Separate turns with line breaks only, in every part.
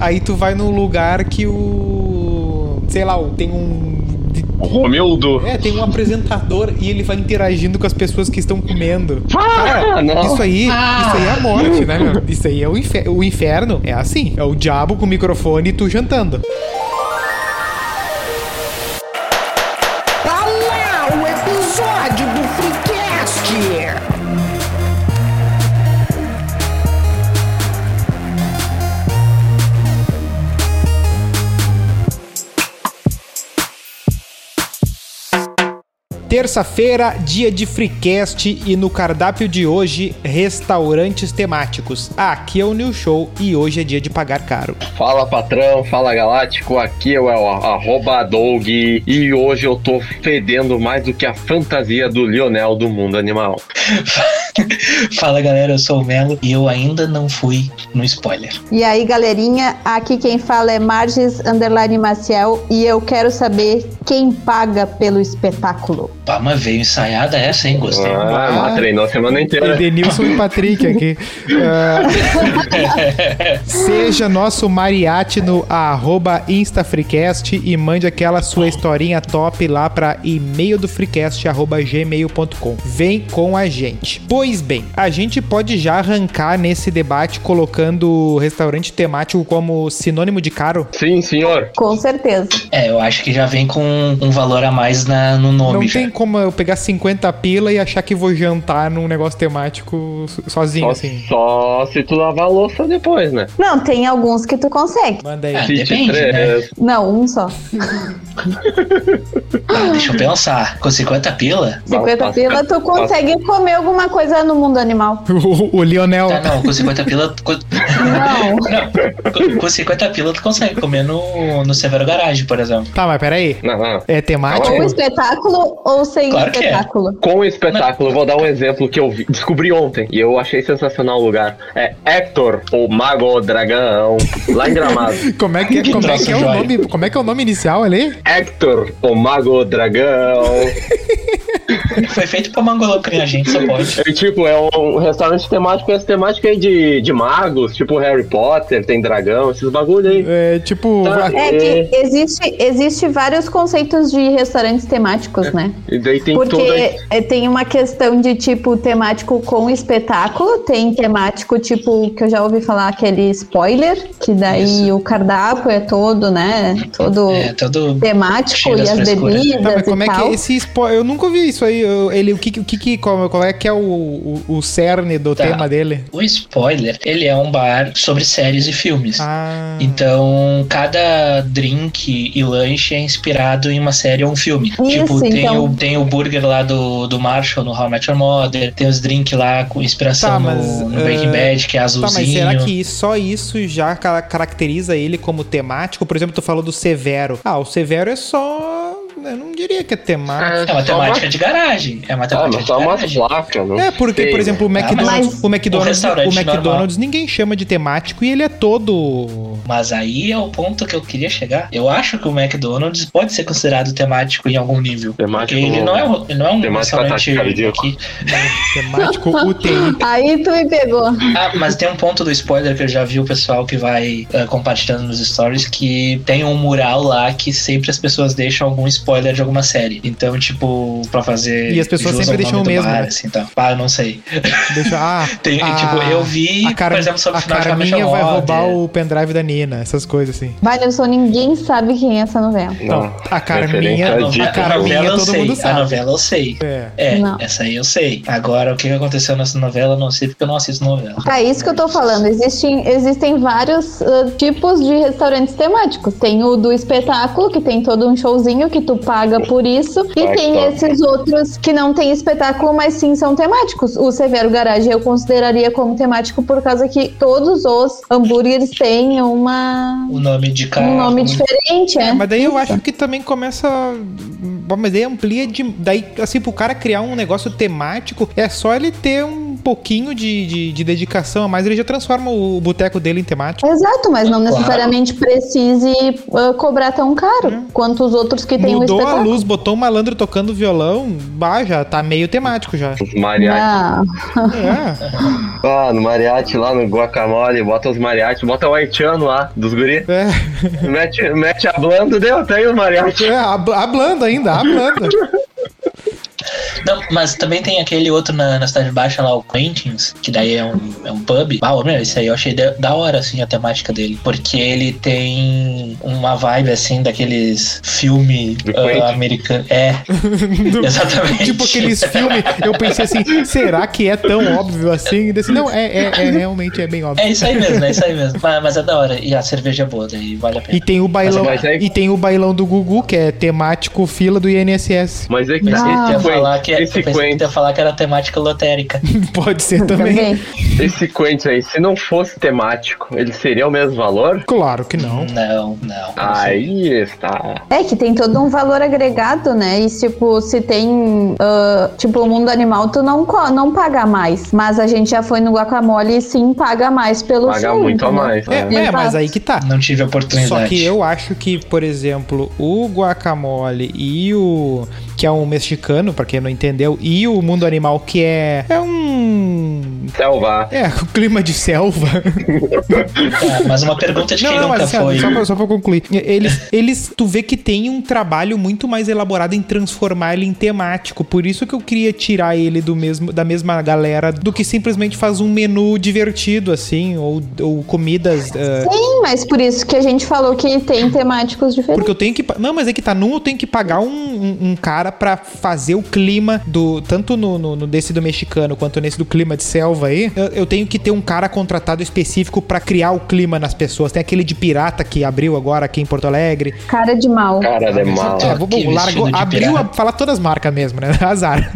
Aí tu vai num lugar que o. Sei lá, tem um.
Romildo.
É, tem um apresentador e ele vai interagindo com as pessoas que estão comendo. Cara,
Ah, não.
isso aí,
Ah.
isso aí é a morte, né, meu? Isso aí é o inferno. O inferno é assim. É o diabo com o microfone e tu jantando.
Olha lá o episódio do Freecast!
Terça-feira, dia de Freecast e no cardápio de hoje, restaurantes temáticos. Aqui é o New Show e hoje é dia de pagar caro.
Fala patrão, fala galáctico, aqui é o arroba Doug e hoje eu tô fedendo mais do que a fantasia do Lionel do mundo animal.
Fala galera, eu sou o Melo e eu ainda não fui no spoiler.
E aí, galerinha, aqui quem fala é Marges Underline Maciel e eu quero saber quem paga pelo espetáculo.
Pá, mas veio ensaiada essa, hein? Gostei.
Ah, mas treinou a semana inteira.
Edenilson e Patrick aqui. Ah, seja nosso mariachi no arroba InstaFreecast e mande aquela sua historinha top lá para e-mail do freecast arroba gmail.com. Vem com a gente. Pois bem, a gente pode já arrancar nesse debate colocando restaurante temático como sinônimo de caro?
Sim, senhor.
Com certeza.
É, eu acho que já vem com um valor a mais na- no nome
Não
já.
tem como eu pegar 50 pila e achar que vou jantar num negócio temático so- sozinho,
Só,
assim.
só se tu lavar a louça depois, né?
Não, tem alguns que tu consegue.
Manda aí.
Ah,
City
depende, né?
três.
Não, um só.
Ah, deixa eu pensar. Com 50 pila?
Não,
50
passa-
pila, tu consegue comer alguma coisa no mundo animal.
O, o Lionel.
Tá, não, com 50 pila. Com,
Não.
com- com 50 pila tu consegue comer no, no Severo Garage, por exemplo.
Tá, mas peraí.
Não, não.
É
Com
temático?
espetáculo ou sem
Claro que é.
espetáculo?
Com o espetáculo, vou dar um exemplo que eu vi- descobri ontem e eu achei sensacional o lugar. É Hector, o Mago Dragão, lá em Gramado.
Como é que, é-
Que
como é,
troço
que é o
joia.
nome? Como é que é o nome inicial ali?
Hector, o Mago Dragão.
Foi feito pra mangolocrinha, a gente só pode.
E, tipo, é um restaurante temático, essa temática aí de, de magos, tipo Harry Potter, tem dragão, esses bagulho aí.
É tipo.
Tá.
a-
É que existe, existe vários conceitos de restaurantes temáticos, né?
E daí tem toda.
Porque é, tem uma questão de tipo temático com espetáculo, tem temático tipo que eu já ouvi falar aquele spoiler, que daí
Isso.
o cardápio é todo, né? Todo
É, todo.
temático
cheio
e
das
as
frescuras.
bebidas
Tá, mas
e
como é que
tal.
é esse spoiler? Eu nunca vi isso aí. eu- ele, o que, o que, que- qual, qual é que é o, o, o cerne do
Tá.
tema dele?
O spoiler, ele é um bar sobre séries e filmes.
Ah.
Então, cada drink e lanche é inspirado em uma série ou um filme.
Isso,
tipo, tem,
então.
o, tem o burger lá do, do Marshall no How I Met Your Mother, tem os drinks lá com inspiração
Tá, mas,
no, no Breaking
eh,
Bad, que é
Tá, mas
azulzinho.
será que só isso já ca- caracteriza ele como temático? Por exemplo, tu falou do Severo. Ah, o Severo é só. Eu não diria que é temático.
É matemática de garagem. É
Ah,
matemática
mas
de
só uma
garagem.
placa, não
É, porque,
sei,
por exemplo, o
Ah, mas- um
McDonald's, o McDonald's, o
restaurante
McDonald's ninguém chama de temático e ele é todo.
Mas aí é o ponto que eu queria chegar. Eu acho que o McDonald's pode ser considerado temático em algum nível.
Temático-
Porque ele não é, um- ele não é um
temático
restaurante
ataque cardíaco.
que-
É, Temático UTI.
Aí tu me pegou.
Ah, mas tem um ponto do spoiler que eu já vi o pessoal que vai eh, compartilhando nos stories que tem um mural lá que sempre as pessoas deixam algum spoiler de alguma série. Então, tipo, pra fazer.
E as pessoas
jus
sempre
ao
deixam
nome
o
do
mesmo, né?
assim, tá. Ah, eu não sei.
Deixa, ah,
Tem,
a-
tipo, eu vi,
a, Car-
por exemplo, sobre
a
o final de How I Met
Carminha
Your
vai
Mother.
roubar o pendrive da Nina, essas coisas assim.
Vai, Nilson, ninguém sabe quem é essa novela.
Não.
Então, a Carminha,
referência
A
Tá
novela,
dito,
a
a novela
Carminha
eu
todo
sei. é.
mundo
A
sabe.
novela eu sei.
É.
É,
Não.
essa aí eu sei. Agora, o que aconteceu nessa novela, eu não sei porque eu não assisto novela.
É isso que eu tô falando. Existem, existem vários ah, tipos de restaurantes temáticos. Tem o do espetáculo, que tem todo um showzinho que tu paga por isso. E
Ai,
tem
tá.
esses outros que não tem espetáculo, mas sim são temáticos. O Severo Garage eu consideraria como temático por causa que todos os hambúrgueres têm uma,
O nome de cara.
um nome diferente, é.
Mas daí eu acho que também começa. Bom, Mas daí amplia de. Daí, assim, pro cara criar um negócio temático, é só ele ter um pouquinho de, de, de dedicação a mais, ele já transforma o boteco dele em temático.
Exato, mas não
Claro.
necessariamente precise ah, cobrar tão caro quanto os outros que têm o
Uhum. Mudou a
É, espetáculo.
luz, botou um malandro tocando violão, bah, já tá meio temático já.
Os mariachi.
Ah,
É,
Ah, no mariachi lá no guacamole, bota os mariachi, bota o haitiano lá, dos guri.
é,
Mete, mete a blanda, deu, tá aí os mariachi.
é a, a blanda ainda, a blanda.
Não, mas também tem aquele outro na, na Cidade Baixa lá, o Quentin's, que daí é um, é um pub. Ah, meu, esse aí eu achei da, da hora, assim, a temática dele. Porque ele tem uma vibe, assim, daqueles filme
Do
ah,
Quentin?
americano. É, exatamente.
Tipo aqueles filmes, eu pensei assim, será que é tão óbvio assim? E desse, não, é, é, é, realmente é bem óbvio.
É isso aí mesmo, é isso aí mesmo. Mas, mas é da hora. E a cerveja é boa, daí vale a
E
pena.
tem o bailão,
Mas aí-
e tem o bailão do Gugu, que é temático fila do INSS.
Mas é que
Pensei que tu ia
esse
falar que, é,
Quentin,
eu
esse
pensei que tu
Quentin,
ia falar que era temática lotérica.
Pode ser também.
também.
esse Quentin aí, se não fosse temático, ele seria o mesmo valor?
Claro que não.
Não, não.
Aí está.
É que tem todo um valor agregado, né? E tipo, se tem ah, tipo o mundo animal, tu não, co- não paga mais. Mas a gente já foi no guacamole e sim paga mais pelo
Paga
show,
muito a
entendeu?
mais.
É,
né?
é, mas aí que tá.
Não tive oportunidade.
Só que eu acho que, por exemplo, o guacamole e o. que é um mexicano, pra quem não entendeu, e o mundo animal, que é. é um.
Selva.
É, o clima de selva.
Tá, mas uma pergunta de quem nunca
assim, ó,
foi.
só, pra, só pra eu concluir. Eles, eles, tu vê que tem um trabalho muito mais elaborado em transformar ele em temático. Por isso que eu queria tirar ele do mesmo, da mesma galera do que simplesmente faz um menu divertido, assim, ou, ou comidas. ah,
Sim, mas por isso que a gente falou que tem temáticos diferentes.
Porque eu tenho que. pa- Não, mas é que tá num, eu tenho que pagar um, um- um cara pra fazer o clima do. Tanto no, no, no desse do mexicano quanto nesse do clima de selva aí. Eu, eu tenho que ter um cara contratado específico pra criar o clima nas pessoas. Tem aquele de pirata que abriu agora aqui em Porto Alegre.
Cara de mal.
Cara de
mas
mal.
eu
É,
Ah,
vou,
que
vou, largou,
vestido de
abriu, a,
pirata.
fala todas as marcas mesmo, né? Azar.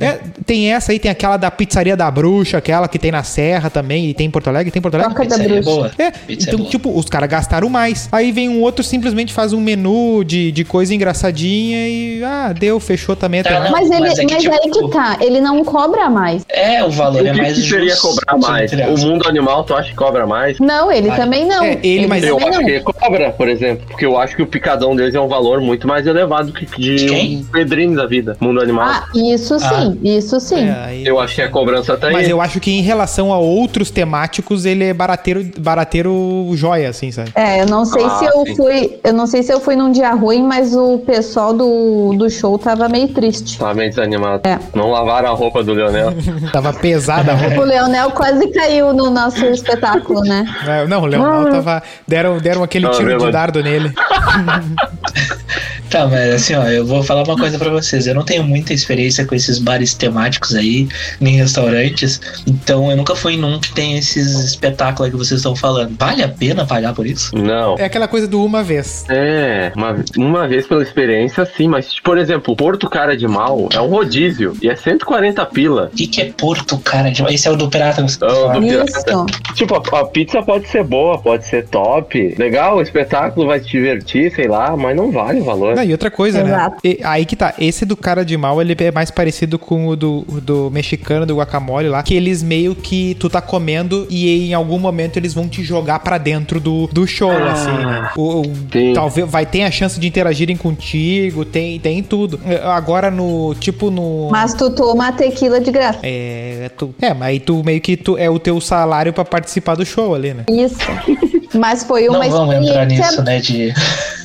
É, tem essa aí, tem aquela da pizzaria da bruxa, aquela que tem na Serra também, e tem em Porto Alegre, tem em Porto Alegre?
Toca da
Pizzaria
bruxa.
boa.
É,
Pizza
então,
boa.
tipo, os caras gastaram mais. Aí vem um outro, simplesmente faz um menu de, de coisa engraçadinha e. Ah, deu, fechou também.
Tá,
até lá.
não.
Mas, ele,
mas
mas,
é que, tipo,
aí que tá, ele não cobra mais.
É, o
O
valor é
que,
mais
que seria
justo,
cobrar mais?
entre
O
aspas.
mundo animal, tu acha que cobra mais?
Não, ele
Ai.
também não.
É, ele, mas-
Eu
também
acho
não.
que cobra, por exemplo, porque eu acho que o picadão deles é um valor muito mais elevado que de
Quem?
um pedrinho da vida, mundo animal.
Ah, isso sim,
Ah.
isso sim.
É, aí-
eu acho que a cobrança tá aí.
Mas eu acho que em relação a outros temáticos, ele é barateiro, barateiro joia, assim, sabe?
É, eu não sei
Ah,
se eu
sim.
fui. Eu não sei se eu fui num dia ruim, mas o pessoal do, do show tava meio triste.
Tá meio desanimado.
É.
Não lavaram a roupa do Leonel.
Tava pesada a roupa.
O Leonel quase caiu no nosso espetáculo, né?
É, Não, o Leonel tava. Deram, deram aquele
Tava
tiro de
bêbado.
dardo nele.
Tá, mas assim, ó, eu vou falar uma coisa pra vocês. Eu não tenho muita experiência com esses bares temáticos aí, nem restaurantes. Então eu nunca fui num que tem esses espetáculos aí que vocês estão falando. Vale a pena pagar por isso?
Não.
É aquela coisa do uma vez.
É, uma, uma vez pela experiência, sim, mas, por exemplo, Porto Cara de Mal é um rodízio e é 140 pila.
O que, que é Porto, cara? de- Esse é o do Pirata. que você tá
É o do-
falando.
Isso.
Tipo, a, a pizza pode ser boa, pode ser top, legal, o espetáculo vai te divertir, sei lá, mas não vale o valor.
Não, e outra coisa, né?
Exato.
E- aí que tá. Esse do cara de mal, ele é mais parecido com o do, o do mexicano, do guacamole lá. Que eles meio que tu tá comendo e em algum momento eles vão te jogar pra dentro do, do show, assim, né? O, o-
Ah, Sim.
talvez vai ter a chance de interagirem contigo, tem, tem tudo. É, Agora no. Tipo no.
Mas tu toma a tequila de graça.
É, tu, é, mas aí tu meio que tu, é o teu salário pra participar do show ali, né?
Isso. Mas foi uma
Não vamos entrar
experiência.
nisso, né? De...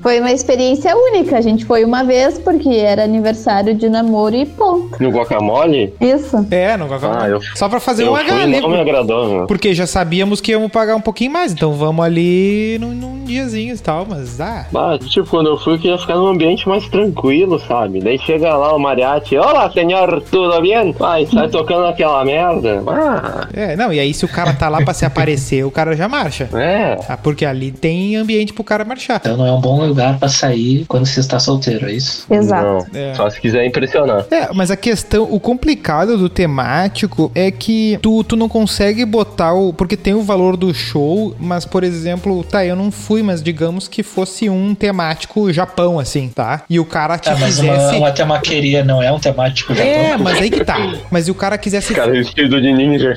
Foi uma experiência única. A gente foi uma vez porque era aniversário de namoro e ponto.
No guacamole,
Isso.
É, no guacamole.
Ah, eu-
Só pra fazer um
eu
é uma
fui,
galera.
não me agradou, meu.
Porque já sabíamos que íamos pagar um pouquinho mais, então vamos ali num, num diazinho e tal, mas ah.
Ah, tipo, quando eu fui, eu queria ficar num ambiente mais tranquilo, sabe? Daí chega lá o mariachi, Olá, senhor, tudo bem? Ai, sai tocando aquela merda. Ah,
É, não, e aí se o cara tá lá pra se aparecer, o cara já marcha.
é.
Ah, porque ali tem ambiente pro cara marchar.
Então não é um bom lugar pra sair quando você está solteiro, é isso?
Exato.
Não.
É.
Só se quiser impressionar.
É, mas a questão, o complicado do temático é que tu, tu não consegue botar o. Porque tem o valor do show, mas, por exemplo, tá, eu não fui, mas digamos que fosse um temático Japão, assim, tá? E o cara que
Tá, mas uma,
quisesse.
uma temaqueria não é um temático já
É,
tão-
mas aí que tá. Mas se o cara quisesse.
Cara, vestido de ninja.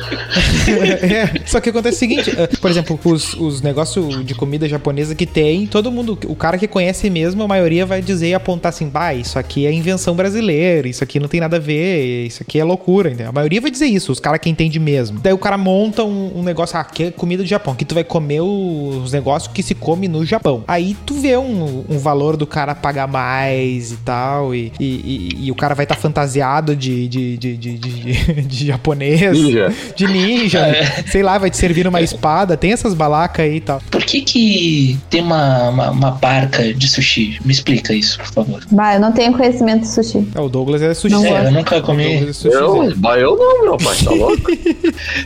É, Só que acontece o seguinte, eh, por exemplo, os, os negócios de comida japonesa que tem, todo mundo, o cara que conhece mesmo, a maioria vai dizer e apontar assim, bah, isso aqui é invenção brasileira, isso aqui não tem nada a ver, isso aqui é loucura, entendeu? A maioria vai dizer isso, os caras que entendem mesmo. Daí o cara monta um, um negócio, ah, que é comida do Japão, que tu vai comer os negócios que se come no Japão. Aí tu vê um, um valor do cara pagar mais e tal, e, e- e- e o cara vai estar fantasiado de, de, de, de, de- de- de japonês
Ninja.
de ninja,
É.
sei lá, vai te servir uma espada, tem essas balacas aí e tal.
Por que que tem uma, uma, uma barca de sushi? Me explica isso, por favor.
Bah, eu não tenho conhecimento de sushi.
É, o Douglas é sushi.
Não
né?
É, eu nunca
O Douglas
comi.
é sushi.
Eu,
né?
bah, eu não, meu pai, tá louco?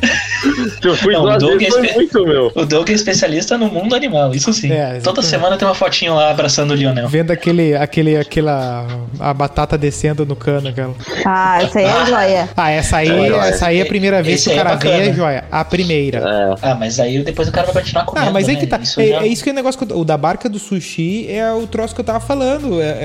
Se eu fui
Não,
duas
o Doug
vezes,
é
foi
espe-
muito, meu.
O Doug é especialista no mundo animal, isso sim.
É, exatamente.
Toda semana tem uma fotinho lá abraçando o Lionel.
Vendo aquele, aquele, aquela, a batata descendo no cano, aquela.
Ah, isso aí é joia.
Ah, essa aí,
Olha,
essa aí é a primeira vez
esse
que o
aí é
cara
bacana.
vê, joia. A primeira.
É,
Ah, mas aí depois o cara vai continuar comendo.
Ah, mas
né?
aí que tá.
Isso
É,
já-
é isso que é o negócio. que eu- o da barca do sushi é o troço que eu tava falando. É, é-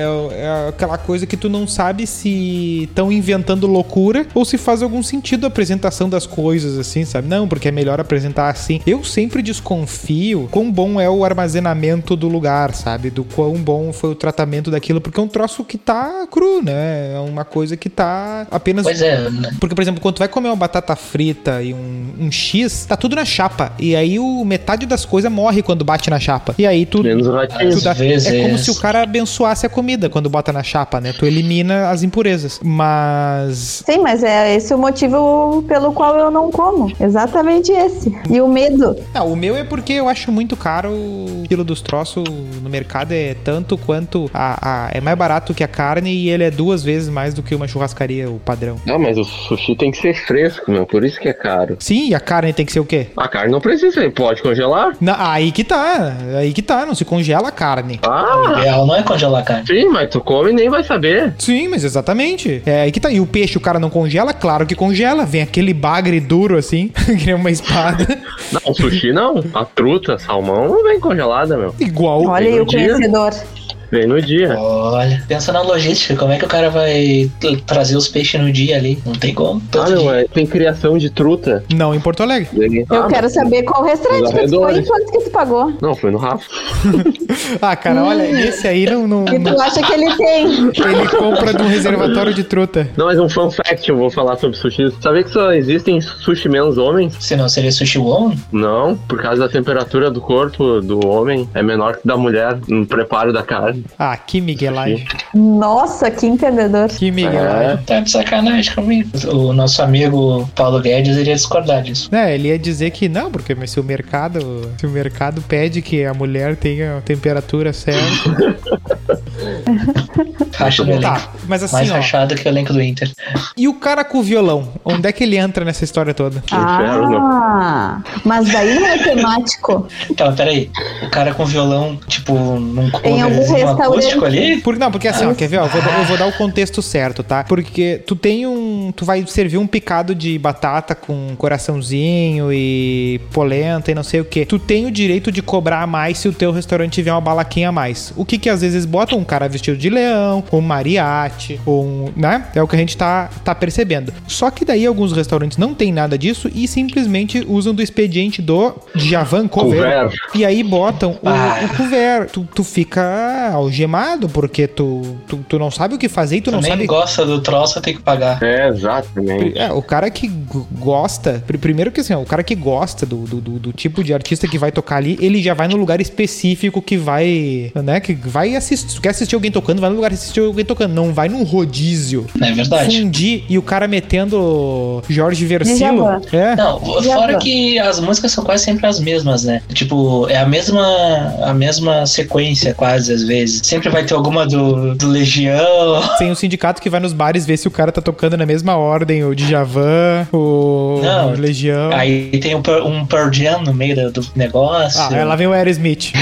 é aquela coisa que tu não sabe se estão inventando loucura ou se faz algum sentido a apresentação das coisas, assim, sabe? Não, porque é melhor apresentar assim. Eu sempre desconfio quão bom é o armazenamento do lugar, sabe? Do quão bom foi o tratamento daquilo, porque é um troço que tá cru, né? É uma coisa que tá apenas
Pois é, né?
porque, por exemplo, quando tu vai comer uma batata frita e um, um X, tá tudo na chapa. E aí o metade das coisas morre quando bate na chapa. E aí tu.
menos ratinho.
tu
Às vezes.
é como se o cara abençoasse a comida quando bota na chapa, né? Tu elimina as impurezas. Mas.
Sim, mas é esse o motivo pelo qual eu não como. Exatamente esse. E o medo.
Não, o meu é porque eu acho muito caro. O quilo dos troços no mercado é tanto quanto. A, a- é mais barato que a carne e ele é duas vezes mais do que uma churrascaria, o padrão.
Não, mas o sushi tem que ser fresco, meu. Por isso que é caro.
Sim, e a carne tem que ser o quê?
A carne não precisa, pode congelar.
Na- aí que tá. Aí que tá. Não se congela a carne.
O
Ah,
ideal não é congelar a carne.
sim, mas tu come e nem vai saber.
Sim, mas exatamente. É aí que tá. E o peixe, o cara não congela? Claro que congela. Vem aquele bagre duro assim, que nem uma espada.
Não, o sushi não. A truta, salmão, não vem congelada, meu.
Igual.
Olha
um
aí o
dia.
conhecedor.
Vem no dia.
Olha, pensa na logística, como é que o cara vai t- trazer os peixes no dia ali? Não tem como. todo
Ah,
dia.
não, é, tem criação de truta.
Não, em Porto Alegre.
Ah,
Eu quero saber qual restaurante
Os
que tu foi e
arredores.
quanto que tu pagou.
Não, foi no Rafa.
Ah, cara, olha, esse aí não. não,
E
não-
tu acha que ele tem?
ele compra de um reservatório de truta.
Não, mas um fun fact eu vou falar sobre sushi. Sabia que só existem sushi menos homens?
Senão seria sushi on?
Não, por causa da temperatura do corpo do homem é menor que da mulher no preparo da carne.
Ah, que miguelagem.
Nossa, que entendedor.
Que
né?
miguelagem.
Tá de sacanagem comigo. O nosso amigo Paulo Guedes iria discordar disso.
É, ele ia dizer que não, porque mas se o mercado. Se o mercado pede que a mulher tenha a temperatura certa.
Racha no elenco.
Tá, mas assim,
é Mais
ó.
rachado que o elenco do Inter.
E o cara com o violão? Onde é que ele entra nessa história toda?
Inferno.
Ah, mas daí não é temático.
Tá, peraí. O cara com violão, tipo, num cover,
algum
um
restaurante?
acústico ali?
Por, não, porque assim, ó, quer ver? ó, eu, vou, dar- eu vou dar o contexto certo, tá? Porque tu tem um. Tu vai servir um picado de batata com coraçãozinho e polenta e não sei o quê. Tu tem o direito de cobrar a mais se o teu restaurante tiver uma balaquinha a mais. O que que às vezes botam um cara vestido de leão, um mariachi, um. né? É o que a gente tá, tá percebendo. Só que daí alguns restaurantes não tem nada disso e simplesmente usam do expediente do Javan Cover.
Couvert.
E aí botam o,
Ah.
o couvert. Tu, tu fica algemado, porque tu, tu, tu não sabe o que fazer e tu
Tu
não
nem
sabe.
gosta do troço, tem que pagar.
É, exatamente.
É, o cara que g- gosta. pr- Primeiro que assim, ó, o cara que gosta do, do, do- do tipo de artista que vai tocar ali, ele já vai no lugar específico que vai. Né? Que vai assistir. Se tu quer assistir alguém tocando, vai no lugar assistir alguém tocando. Não vai num rodízio.
Não é verdade?
Fundir e o cara metendo Jorge Versilo.
Djavan.
É.
Não,
E
fora
agora?
que as músicas são quase sempre as mesmas, né? Tipo, é a mesma, a mesma sequência, quase, às vezes. Sempre vai ter alguma do, do Legião.
Tem um sindicato que vai nos bares ver se o cara tá tocando na mesma ordem, o Djavan, o
Não,
Legião.
Aí tem um, Pearl- um Pearl Jam no meio do, do negócio.
Ah, aí lá vem o Aerosmith.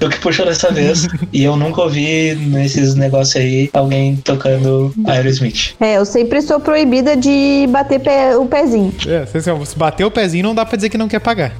Eu que puxou dessa vez. e eu nunca ouvi nesses negócios aí alguém tocando Aerosmith.
É, eu sempre sou proibida de bater pé- o pezinho.
É, se- se se bater o pezinho, não dá pra dizer que não quer pagar.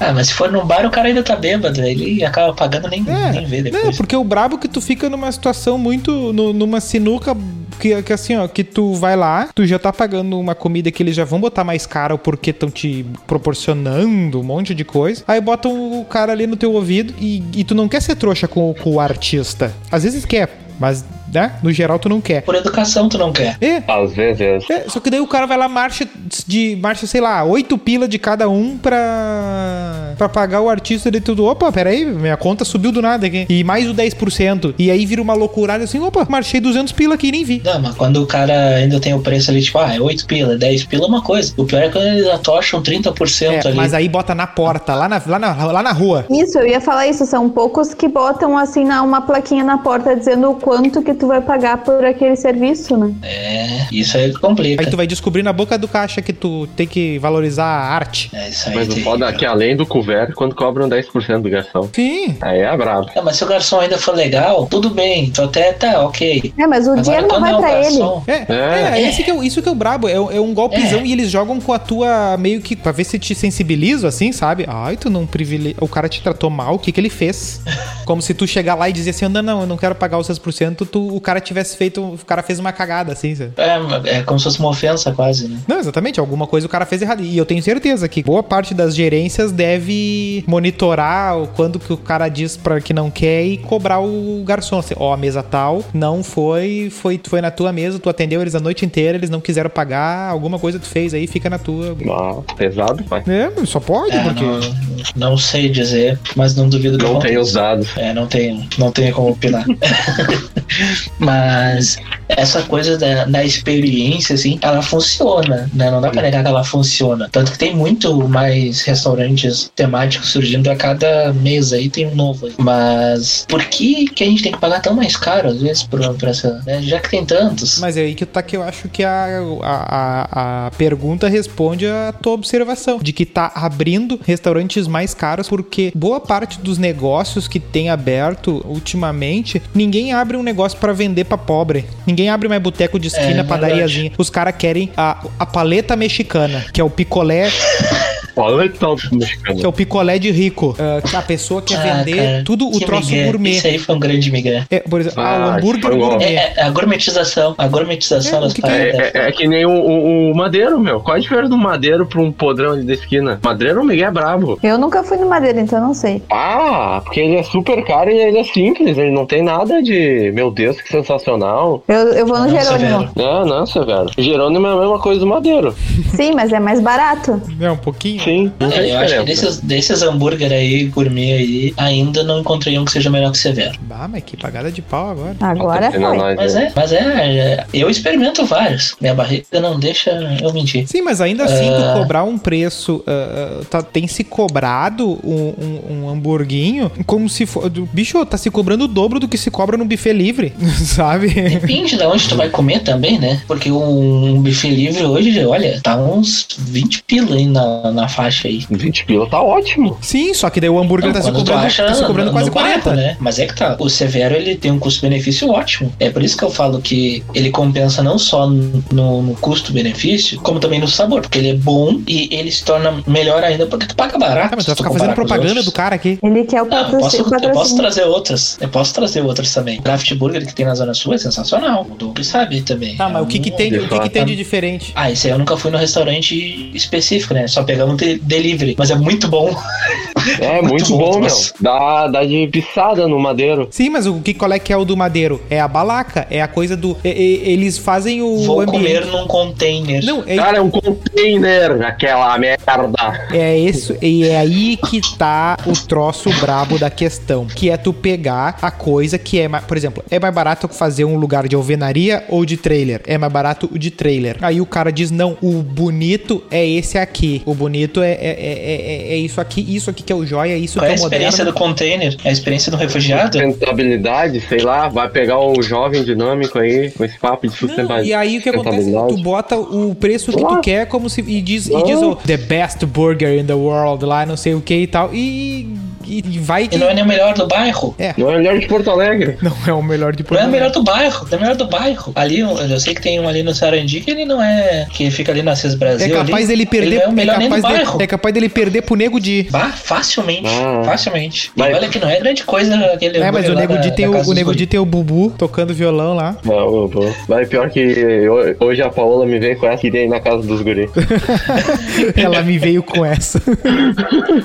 Ah, mas se for num bar, o cara ainda tá bêbado. Ele acaba pagando nem,
É,
nem vê
Não,
depois.
porque o brabo é que tu fica numa situação muito. nu- numa sinuca que, que assim, ó, que tu vai lá, tu já tá pagando uma comida que eles já vão botar mais caro porque estão te proporcionando um monte de coisa. Aí botam o cara ali no teu ouvido e, e tu não quer ser trouxa com, o- com o artista. Às vezes quer, mas, né? No geral tu não quer.
Por educação, tu não quer.
É,
Às vezes.
é, só que daí o cara vai lá, marcha de marcha, sei lá, oito pila de cada um pra, pra pagar o artista de tudo. Opa, peraí, minha conta subiu do nada aqui. E mais o 10%. E aí vira uma loucurada assim, opa, marchei 200 pila aqui e nem vi.
Não, mas quando o cara ainda tem o preço ali, tipo, ah, é 8 pila, 10 pila é uma coisa. O pior é quando eles atocham 30%
É,
ali. né?
mas aí bota na porta, lá na, lá na, lá na rua.
Isso, eu ia falar isso. São poucos que botam assim na- uma plaquinha na porta dizendo o quanto que tu vai pagar por aquele serviço, né?
É, isso aí complica.
Aí tu vai descobrir na boca do caixa que tu tem que valorizar a arte.
É, isso aí
Mas
é
o
terrível.
foda é que além do couvert, quando cobram 10% do garçom.
Sim.
Aí é brabo.
É, mas se o garçom ainda for legal, tudo bem. Tu até tá, ok.
É, mas o
Agora
dinheiro não
quando
vai
é o
pra ele.
garçom,
É, é,
É.
esse que é o- isso que é o brabo, é, o- é um golpezão
É.
e eles jogam com a tua, meio que, pra ver se te sensibiliza, assim, sabe? Ai, tu não privilegia, o cara te tratou mal, o que que ele fez? Como se tu chegar lá e dizer assim, não, não, eu não quero pagar os 6%, tu, o cara tivesse feito, o cara fez uma cagada, assim, sabe?
É, é como se fosse uma ofensa quase, né?
Não, exatamente, alguma coisa o cara fez errado. E eu tenho certeza que boa parte das gerências deve monitorar o quando que o cara diz pra que não quer e cobrar o garçom. Assim, Ó, a mesa tal não foi, foi, foi na tua mesa, tu atendeu eles a noite inteira, eles não quiseram pagar, alguma coisa tu fez aí, fica na tua.
Ah, pesado, pai.
É, mas só pode,
É,
porque.
não, não sei dizer, mas não duvido que
Não
vão-
tenho os dados.
É, não tenho, não tenho como opinar. Mas essa coisa da, da experiência, assim, ela funciona, né? Não dá pra negar que ela funciona. Tanto que tem muito mais restaurantes temáticos surgindo a cada mês aí, tem um novo aí. Mas por que, que a gente tem que pagar tão mais caro, às vezes, por, por essa. né? Já que tem tantos.
Mas é aí que tá que eu acho que a, a, a, a pergunta responde a tua observação. De que tá abrindo restaurantes mais caros, porque boa parte dos negócios que tem aberto ultimamente, ninguém abre um negócio pra vender pra pobre. Ninguém abre mais boteco de esquina,
É,
padariazinha. Os caras querem a, a paleta mexicana, que é o picolé,
Olha tal mexicano.
que é o picolé de rico. Ah, que a pessoa quer
Ah,
vender
cara,
tudo o
que
troço
migué.
gourmet.
Isso aí foi um grande migué.
É, por exemplo, ah, o
Ah,
hambúrguer
foi bom.
gourmet.
É, é, a gourmetização, a gourmetização
É, o
das
que que
paradas.
É, é- é que nem o, o- o madeiro, meu. Qual a diferença do madeiro pra um podrão ali da esquina? Madeiro é um migué brabo.
Eu nunca fui no Madeira, então eu não sei.
Ah, porque ele é super caro e ele é simples. Ele não tem nada de, meu Deus, que sensacional.
Eu, eu vou no
Não,
Jerônimo.
Severo.
Não, não, Severo. É, Jerônimo é a mesma coisa do madeiro.
Sim, mas é mais barato.
É, um pouquinho.
Sim, não tem
É, eu acho que
diferença.
desses, desses hambúrguer aí, gourmet aí, ainda não encontrei um que seja melhor que o Severo.
Ah, mas que pagada de pau agora.
Agora
Não,
foi.
nós,
um Mas
né?
é, mas é, é, eu experimento vários. Minha barriga não deixa eu mentir.
Sim, mas ainda assim,
Ah.
tu cobrar um preço. ah, ah, tá- tem se cobrado um, um, um hamburguinho como se for. do- Bicho, tá se cobrando o dobro do que se cobra num buffet livre, sabe?
Depende de onde tu vai comer também, né? Porque um, um buffet livre hoje, olha, tá uns 20 pila aí na, na faixa aí.
20 pila tá ótimo.
Sim, só que daí o hambúrguer
Não,
tá, se
quando tu
cobrando,
acha
tá se cobrando
no-
quase
no barato,
40.
né? Mas é que tá. O Severo ele tem um custo-benefício ótimo. É por isso que eu falo que ele compensa não só no, no- no custo-benefício, como também no sabor, porque ele é bom e ele se torna melhor ainda porque tu paga barato.
Ah, mas tu vai
se tu
ficar
comparar
fazendo
com os
propaganda do
outros.
cara aqui.
Ele quer o
Não, eu Ah, posso,
patrocínio.
eu posso
patrocínio.
trazer outras. Eu posso trazer outras também. O Craft Burger que tem na Zona Sul é sensacional. O Doug sabe também.
Tá, mas
É
o que que
um-
tem, de- o que que tem de diferente?
Ah, esse aí eu nunca fui no restaurante específico, né? Só pegamos de delivery. Mas é muito bom.
É muito,
Muito bom,
bom, meu.
nossa.
Dá, dá de pisada no madeiro.
Sim, mas o que qual é que é o do madeiro? É a balaca, é a coisa do. e- e- eles fazem o
Vou comer
ambiente.
num container.
Não, é,
Cara, é um container, aquela merda.
É isso, e é aí que tá o troço brabo da questão, que é tu pegar a coisa que é, mais, por exemplo, é mais barato fazer um lugar de alvenaria ou de trailer? É mais barato o de trailer. Aí o cara diz, não, o bonito é esse aqui, o bonito é, é, é, é- é isso aqui, isso aqui que é o o joia, isso
Qual é
que é
a
o
experiência
moderno.
do container? É a experiência do refugiado?
Sustentabilidade, sei lá, vai pegar o jovem dinâmico aí com esse papo de
Não,
sustentabilidade.
e aí o que acontece? Tu bota o preço que tu quer como se e diz, e diz o the best burger in the world lá, não sei o que e tal e, e- e vai
E
que
não é nem o melhor do bairro.
Não é melhor de Porto Alegre.
não é o melhor de
Não é o
Porto Alegre.
melhor do bairro, não é o melhor do bairro. Ali, eu eu sei que tem um ali no Sarandi que ele não é. que fica ali na CES Brasil.
É
ali.
capaz dele perder,
Ele não é o melhor
é,
nem do
capaz dele-
bairro.
é capaz dele perder pro nego de
Bah, facilmente,
Ah.
facilmente. E
Mas-
olha que não é grande coisa aquele.
É, mas
guri
o
lá
nego
da-
de
da
tem o,
casa
o
dos
nego
guri.
de tem o Bubu tocando violão lá.
Não, eu vou. É, Vai pior que ho- hoje a Paola me vem com essa ideia aí na casa dos guri.
Ela me veio com essa.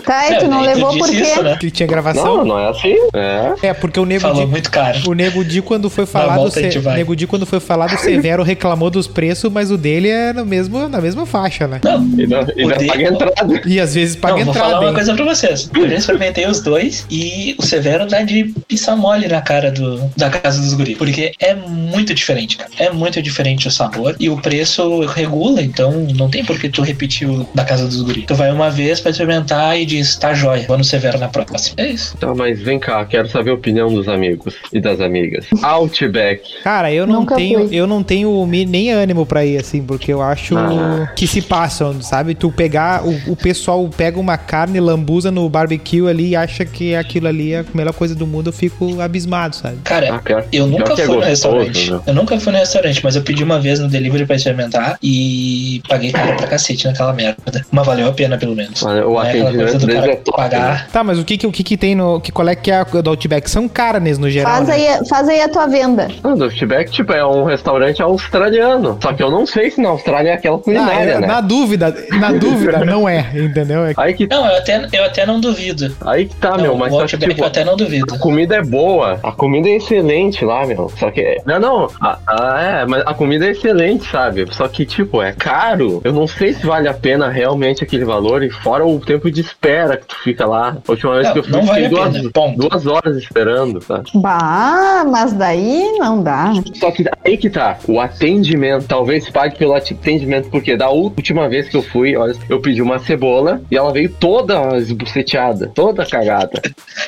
Tá, e tu não
daí
levou
É, disse
por quê?
isso, né?
que tinha gravação.
Não, não é assim. É.
É, porque o nego
Falou
de
muito caro.
o nego Di, quando foi
Na
falar do
volta
Se-
a gente vai.
nego Di, quando foi falar do Severo reclamou dos preços, mas o dele é no mesmo, na mesma faixa, né?
Não,
E não, e não
Odeio.
paga entrada.
E às vezes paga
não, vou falar
entrada.
uma
hein?
coisa pra vocês. Eu já experimentei os dois e o Severo dá de pissar mole na cara do, da casa dos guri. Porque é muito diferente, cara. É muito diferente o sabor e o preço regula, então não tem por que tu repetir o da casa dos guri. Tu vai uma vez pra experimentar e diz, tá jóia, vou no Severo na próxima. É isso.
Tá, mas vem cá, quero saber a opinião dos amigos e das amigas. Outback.
Cara, eu não
Nunca
tenho,
fui.
eu não tenho mi- nem ânimo pra ir assim, porque eu acho
Ah.
que se passam, sabe? Tu pegar o, o pessoal pega uma carne lambuza no barbecue ali e acha que aquilo ali é a melhor coisa do mundo, eu fico abismado, sabe?
Cara,
Ah, pior- pior
eu nunca
que é
fui no
gostoso,
restaurante.
né?
Eu nunca fui no restaurante, mas eu pedi uma vez no delivery pra experimentar e paguei caro pra cacete naquela merda. Mas valeu a pena, pelo menos.
Olha, o
Não é aquela
atendimento
coisa do
deles
cara
é top,
pagar
Tá, mas o que que, o que, que tem no. Que, qual é que é a do Outback? São carnes no geral.
Faz
né?
aí, a- faz aí a tua venda.
Mano, o Outback, tipo, é um restaurante australiano. Só que eu não sei se na Austrália é aquela
Ah,
culinária,
eu-
né?
Na dúvida, na dúvida, não é, entendeu? É-
Aí que,
Não, eu até, eu até não duvido.
aí que tá,
Não,
meu, mas
o
só que,
Outback
tipo,
eu até não duvido.
a comida é boa. A comida é excelente lá, meu. Só que. Não, não. A, a- é, mas a comida é excelente, sabe? Só que, tipo, é caro. Eu não sei se vale a pena realmente aquele valor. E fora o tempo de espera que tu fica lá. A última vez
Não,
que eu fui,
não
eu
vale
fiquei
a
duas,
pena, ponto.
duas horas esperando, tá? sabe?
Bah, mas daí não dá.
Só que aí que tá, o atendimento, talvez pague pelo atendimento, porque da última vez que eu fui, olha, eu pedi uma cebola e ela veio toda esbuceteada, toda cagada.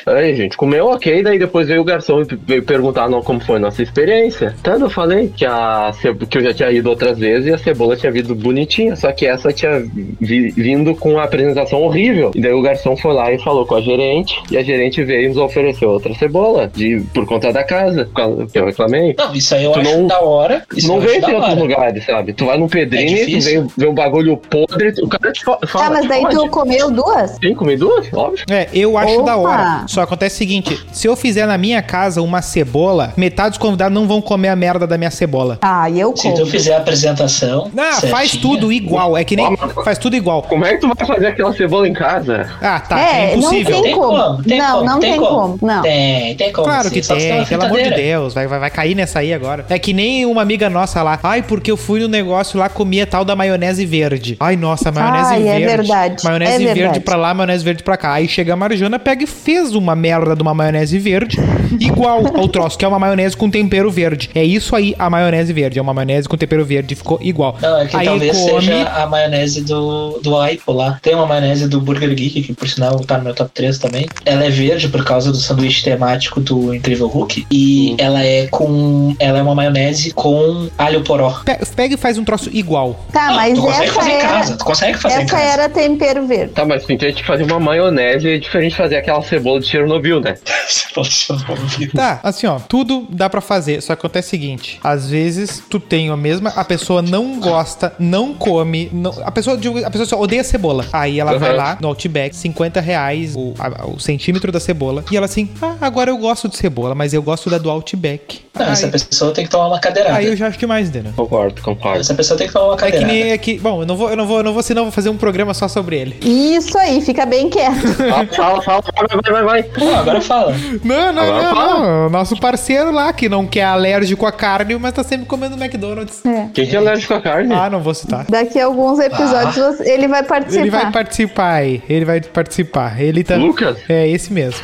Aí, gente, comeu ok, daí depois veio o garçom e pe- veio perguntar não, como foi a nossa experiência. Tanto eu falei que, a, cebo- que eu já tinha ido outras vezes e a cebola tinha vindo bonitinha, só que essa tinha vi- vindo com uma apresentação horrível. E daí o garçom foi lá e falou com a gerente, e a gerente veio e nos ofereceu outra cebola, de, por conta da casa, por causa que eu reclamei.
Não, isso aí eu
Tu
acho
não-
da hora. Isso
não
eu acho
vem em
da
outros
hora.
lugares, sabe? Tu vai num Pedrini,
É
tu
difícil.
vem, vê um bagulho podre, tu- o cara te fa- fala.
Ah, mas daí
"Pode,
tu comeu duas?
Tem comido duas? Óbvio.
É, eu acho
Opa!
da hora. Só acontece o seguinte: se eu fizer na minha casa uma cebola, metade dos convidados não vão comer a merda da minha cebola.
Ah, eu
Se tu
como.
fizer a apresentação.
Ah, faz
certinha,
tudo igual. É que nem. Faz tudo igual.
Como é que tu vai fazer aquela cebola em casa?
Ah, tá. É,
É, não
impossível.
tem
Tem
como.
como, tem
Não,
como,
não
tem
tem
como.
como. Não.
Tem, tem como.
Claro
sim,
que
só tá se
tem,
uma
pelo amor de
fritadeira.
Deus, vai, vai, vai cair nessa aí agora. É que nem uma amiga nossa lá. Ai, porque eu fui no negócio lá, comia tal da maionese verde. Ai, nossa, maionese
Ai, é
verde.
verdade,
Maionese
é
verde
verdade.
pra lá, maionese verde pra cá. Aí chega a Marjana, pega e fez uma merda de uma maionese verde, igual ao troço, que é uma maionese com tempero verde. É isso aí, a maionese verde. É uma maionese com tempero verde, ficou igual.
Não, é que
aí
talvez
come.
seja a maionese do, do Aipo lá. Tem uma maionese do Burger Geek, que por sinal tá no meu top 3 também. Ela é verde por causa do sanduíche temático do Incrível Hulk. E
Uhum.
ela é com. Ela é uma maionese com alho poró.
Pe- Pega e faz um troço igual.
Tá,
Não,
mas
tu consegue
essa
fazer em
era,
casa. Tu consegue fazer em
essa
casa.
era tempero verde.
Tá, mas tu entende que fazer uma maionese é diferente de fazer aquela cebola de Chernobyl, né?
Você falou isso, eu não ouvi.
Tá, assim, ó, tudo dá pra fazer, só que acontece o seguinte, às vezes tu tem a mesma, a pessoa não gosta, não come, não- a pessoa digo, a pessoa só odeia cebola. Aí ela vai
Uhum.
lá no Outback, 50 reais o, a- o centímetro da cebola, e ela assim, ah, agora eu gosto de cebola, mas eu gosto da do Outback.
Não,
é
essa
aí,
pessoa tem que tomar uma cadeirada.
aí eu já acho demais, entendeu?
Concordo, concordo.
Essa pessoa tem que tomar uma
É que
cadeirada.
nem, é que, bom, eu não vou, eu não vou, eu não vou, senão eu vou fazer um programa só sobre ele.
Isso aí, fica bem quieto.
Fala, Ah, fala, fala, vai, vai, vai, vai.
Pô, agora fala.
Não, não,
Agora
não,
fala.
não, o nosso parceiro lá, que não quer alérgico à carne, mas tá sempre comendo McDonald's.
É.
Quem que é alérgico à carne?
Ah, não vou citar.
Daqui a alguns episódios você- ele vai participar.
Ele vai participar aí. Ele vai participar. Ele tá.
Lucas?
É, esse mesmo.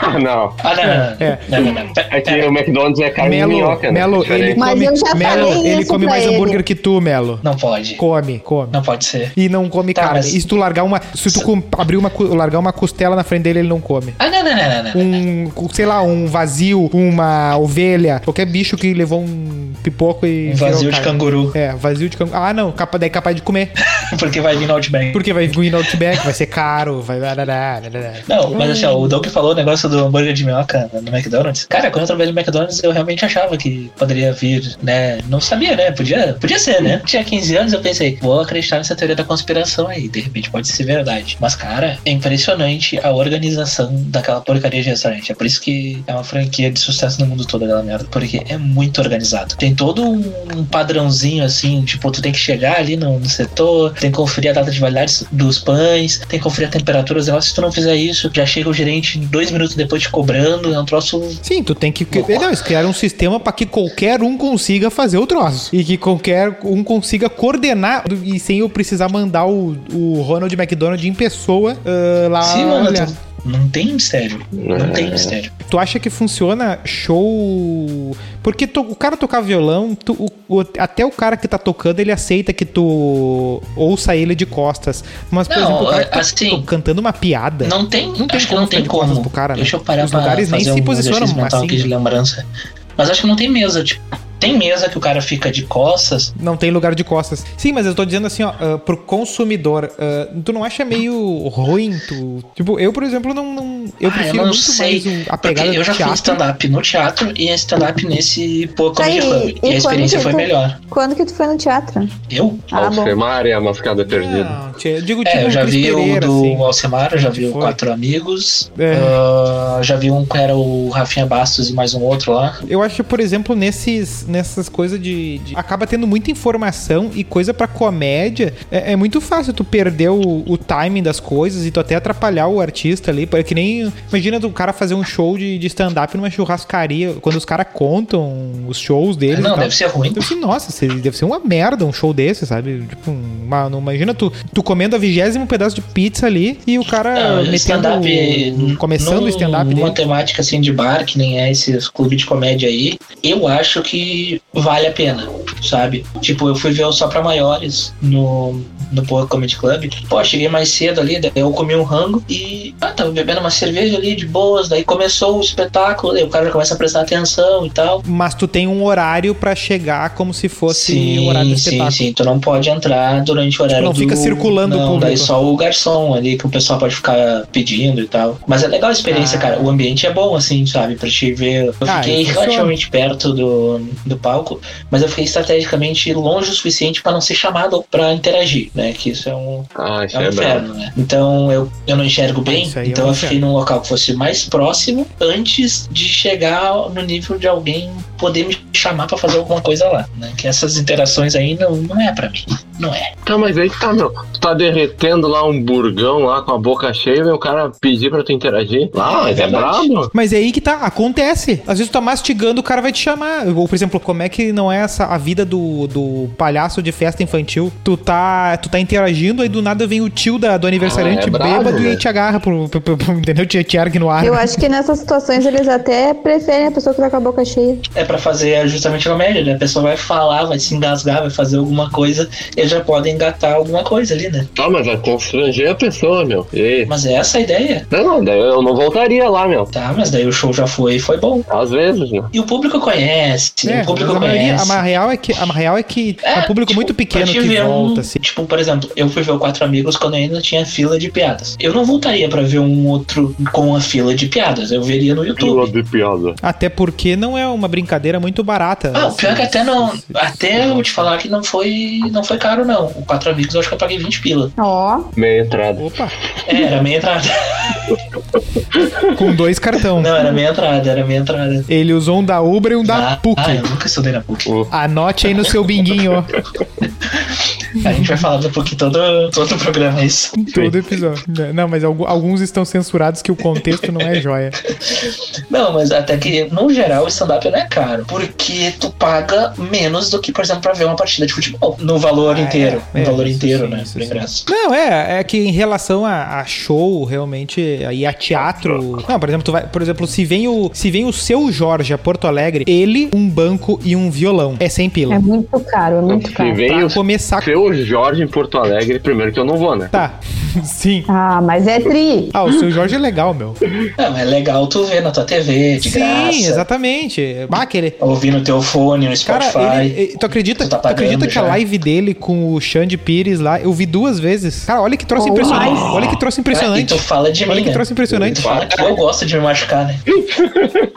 Ah, não.
Ah, não, não, não.
É.
não, não, não. Pe-
É que o McDonald's é carne de
Tá
Melo,
minhoca, né?
Melo
É falei.
Ele
Mas
come,
eu já
Melo,
falei
ele
isso
come
pra
mais
ele.
hambúrguer que tu, Melo.
Não pode.
Come, come.
Não pode ser.
E não come
Tá,
carne.
mas-
E se tu largar uma. Se tu com- abrir uma, cu- largar uma costela na frente dele, ele não come.
Ah, não, não, não, não, não.
Um, com, sei lá, um vazio, uma ovelha, qualquer bicho que levou um pipoco e.
Um vazio de
virou
canguru.
carne. É, vazio de canguru. Ah, não, capa, daí é capaz de comer.
Porque vai vir no Outback.
Porque vai vir no Outback, vai ser caro, vai.
Não, mas assim, ó, o Doug falou o negócio do hambúrguer de minhoca no McDonald's. Cara, quando eu trabalhei no McDonald's, eu realmente achava que poderia vir, né? Não sabia, né? Podia, podia ser, né? Tinha 15 anos, eu pensei, vou acreditar nessa teoria da conspiração aí. De repente pode ser verdade. Mas, cara, é impressionante a organização daquela porcaria de restaurante. É por isso que é uma franquia de sucesso no mundo todo, aquela merda. Porque é muito organizado. Tem todo um padrãozinho, assim, tipo, tu tem que chegar ali no, no setor, tem que conferir a data de validade dos pães, tem que conferir a temperatura dos negócios. Se tu não fizer isso, já chega o gerente dois minutos depois te cobrando. É um troço.
Sim, tu tem que. Não, eles criaram um sistema pra que qualquer um consiga fazer o troço. E que qualquer um consiga coordenar do- e sem eu precisar mandar o, o Ronald McDonald em pessoa ah, lá.
Sim, mano,
olhar.
tu- não tem mistério. Não tem mistério.
Tu acha que funciona show? Porque to- o cara tocar violão, tu- o- o- até o cara que tá tocando, ele aceita que tu ouça ele de costas. Mas, por
Não,
exemplo, o cara que tá
assim,
to- cantando uma piada.
Não tem,
Não tem
acho que
como
não
ficar
tem
de costas
como.
pro cara, né?
Deixa eu parar
Os
pra
lugares nem
fazer
se
um
posicionam
exercício mental
assim.
aqui de lembrança. Mas acho que não tem mesa, tipo, tem mesa que o cara fica de costas.
Não tem lugar de costas. Sim, mas eu tô dizendo assim, ó, ah, pro consumidor, ah, tu não acha meio ruim? Tu... Tipo, eu, por exemplo, não. não- eu
Ah,
prefiro
eu não
muito
sei,
mais o- a
Porque
pegada
eu já
do teatro.
fiz stand-up no teatro e stand-up nesse pô, comedy
Tá, e-
club.
e
E a experiência
quando que
foi
tu-
melhor.
Quando que tu foi no teatro?
Eu?
Ah, bom.
Alcemária, a mascada perdida.
Não, tia, eu digo tipo
É, eu já
o Cris
vi o
Pereira,
do
assim.
Alcemar, eu já vi o
Foi.
Quatro Amigos.
É.
ah, já vi um que era o Rafinha Bastos e mais um outro lá.
Eu acho que, por exemplo, nesses, nessas coisas de, de- Acaba tendo muita informação e coisa pra comédia. É, é muito fácil tu perder o, o timing das coisas e tu até atrapalhar o artista ali. É que nem. Imagina do cara fazer um show de, de stand-up numa churrascaria. Quando os caras contam os shows deles. e
não,
tal.
deve ser ruim.
Eu pensei, nossa, isso deve ser uma merda um show desse, sabe? Tipo, uma- não imagina tu, tu comendo a vigésimo pedaço de pizza ali e o cara
Não,
metendo.
É, stand-up,
começando o
num-
stand-up
Numa
dele.
temática assim de bar, que nem é esses clubes de comédia aí, eu acho que vale a pena, sabe? Tipo, eu fui ver o Só Pra Maiores no, no Porra Comedy Club. Pô, cheguei mais cedo ali, daí eu comi um rango e ah, tava bebendo uma cerveja ali de boas, daí começou o espetáculo, daí o cara já começa a prestar atenção e tal.
Mas tu tem um horário pra chegar como se fosse o
sim,
horário do
sim,
espetáculo. Tipo,
sim. Tu não pode entrar durante o horário
não
do...
fica circulando o
não,
público.
Daí só o garçom ali que o pessoal pode ficar pedindo e tal. Mas é legal a experiência,
Ah.
cara. O ambiente é bom, assim, sabe? Pra te ver. Eu
Ah,
fiquei
isso
relativamente perto do, do palco, mas eu fiquei estrategicamente longe o suficiente pra não ser chamado pra interagir, né? Que isso é um,
Ah, isso
é um
é brabo.
inferno, né? Então eu, eu não enxergo
Ah,
bem,
isso aí é
então
um
eu fiquei num local que fosse mais próximo antes de chegar no nível de alguém poder me chamar pra fazer alguma coisa lá, né? Que essas interações aí não, não é pra mim. Não é.
Tá, mas aí que tá, meu. Tu tá derretendo lá um burgão lá com a boca cheia, meu o cara pedir pra tu interagir. Ah, mas é
verdade.
brabo.
Mas é aí que tá, acontece. Às vezes tu tá mastigando, o cara vai te chamar. Ou, por exemplo, como é que não é essa a vida do, do palhaço de festa infantil? Tu tá, tu tá interagindo, aí do nada vem o tio da, do aniversariante
Ah, é brabo,
bêbado e
né?
te agarra, pro, pro- pro- pro- entendeu? Te, te ergue no ar.
Eu acho que nessas situações eles até preferem a pessoa que tá com a boca cheia.
É pra fazer justamente a média, né? A pessoa vai falar, vai se engasgar, vai fazer alguma coisa, eles já podem engatar alguma coisa ali, né?
Ah, mas vai constranger a pessoa, meu. E aí?
Mas é essa a ideia,
Não, não, daí eu não voltaria lá, meu.
tá? Mas daí o show já foi e foi bom.
Às vezes, né?
E o público conhece,
É,
o um público
mas a maioria,
conhece.
a real é que, a real é que é, um público
tipo,
muito pequeno
pra te
que
ver
volta,
um-
assim.
Tipo, por exemplo, eu fui ver o Quatro Amigos quando eu ainda tinha fila de piadas. Eu não voltaria pra ver um outro com a fila de piadas. Eu veria no YouTube.
de piada.
Até porque não é uma brincadeira muito barata.
Ah, o pior é que até não.
Esse-
Até eu te falar que não foi. Não foi caro, não. O Quatro Amigos eu acho que eu paguei 20 pila.
Ó,
Meia entrada.
Opa,
É, era a minha entrada.
com dois cartão.
Não, era a minha entrada, era a minha entrada.
Ele usou um da Ubra e um da
ah,
PUC.
ah, eu nunca estudei na PUC.
Anote aí no seu binguinho.
A gente vai falar daqui a pouquinho todo, todo o programa é isso.
Todo episódio. Não, mas algu- alguns estão censurados que o contexto não é joia.
Não, mas até que, no geral, o stand-up não é caro. Porque tu paga menos do que, por exemplo, pra ver uma partida de futebol. No valor
Ah,
inteiro.
é.
no
É,
valor
isso
inteiro,
sim,
né?
isso
Do
sim.
ingresso.
Não, é, é que em relação a, a show, realmente, e a teatro. Não, por exemplo, tu vai, por exemplo, se vem o se vem o seu Jorge a Porto Alegre, ele, um banco e um violão. É sem pila.
É muito caro, é muito
Se
caro.
vem
pra
o
começar.
seu Jorge em Porto Alegre, primeiro que eu não vou, né?
Tá. Sim.
Ah, mas é tri.
Ah, o seu Jorge é legal, meu.
É, mas é legal tu ver na tua TV, É de
Sim,
graça.
exatamente. Ah, aquele.
Ouvir no teu fone, no
Cara,
Spotify.
ele- é ele- tu acredita,
Tu tá
tu acredita
pagando
que a
já.
live dele com o Xande Pires lá, eu vi duas vezes. Cara, olha que troço
Oh,
impressionante.
mas-
Olha que troço
E tu
impressionante.
fala de
Olha
mim,
que
né?
troço impressionante.
Tu fala que eu gosto de me machucar, né?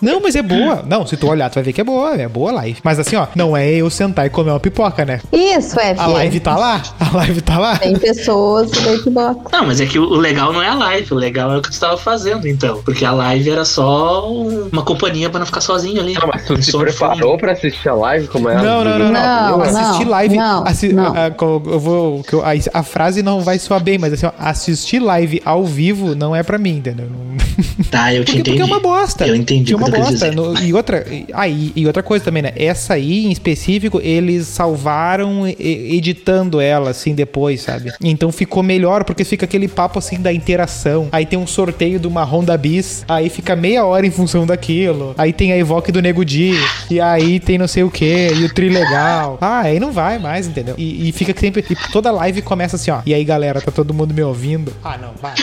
Não, mas é boa. Não, se tu olhar, tu vai ver que é boa. É boa a live. Mas assim, ó, não é eu sentar e comer uma pipoca, né?
Isso, é.
A live tá lá. A live tá lá.
Tem pessoas daí que botam.
Não, mas é que o o legal não é a live, o legal é o que tu tava fazendo, então. Porque a live era só um- uma companhia pra não ficar sozinho ali.
Ah, mas tu
Um
se
som de
preparou pra assistir a live como é?
Não, não, não, não.
Não,
assistir
não,
live.
não,
assi-
não.
ah, co- eu vou, que eu- a, a frase não vai soar bem, mas assim, ó, assistir live ao vivo não é pra mim, entendeu? Não-
fundo. Tá, eu te
Porque,
entendi.
porque é uma bosta.
Eu entendi
É
o que
uma
tu quis
bosta.
dizer.
No- e, outra, e- ah, e- e outra coisa também, né? Essa aí, em específico, eles salvaram e- e- editando ela, assim, depois, sabe? Então ficou melhor, porque fica aquele papo, assim, da interação. Aí tem um sorteio de uma Honda Bis, aí fica meia hora em função daquilo. Aí tem a Evoque do Nego Di, e aí tem não sei o que, e o Tri Legal. Ah, aí não vai mais, entendeu? E, e fica sempre... E toda live começa assim, ó. E aí, galera, tá todo mundo me ouvindo? Ah, não, vai.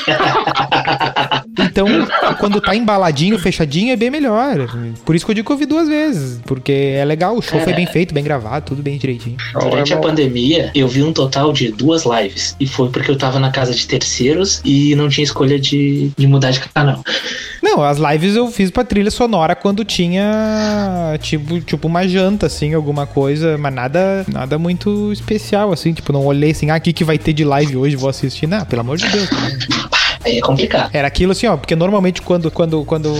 Então, quando tá embaladinho, fechadinho, é bem melhor. Por isso que eu digo que eu vi duas vezes. Porque é legal, o show foi bem feito, bem gravado, tudo bem direitinho.
é
Durante a pandemia, eu vi um total de duas lives. E foi porque eu tava na casa de terceiros e não tinha escolha de, de mudar de canal.
Não, as lives eu fiz pra trilha sonora quando tinha tipo, tipo uma janta, assim, alguma coisa, mas nada, nada muito especial, assim. Tipo, não olhei assim, ah, o que, que vai ter de live hoje, vou assistir. Não, pelo amor de Deus. né?
Aí é complicado.
Era aquilo assim, ó, porque normalmente quando, quando, quando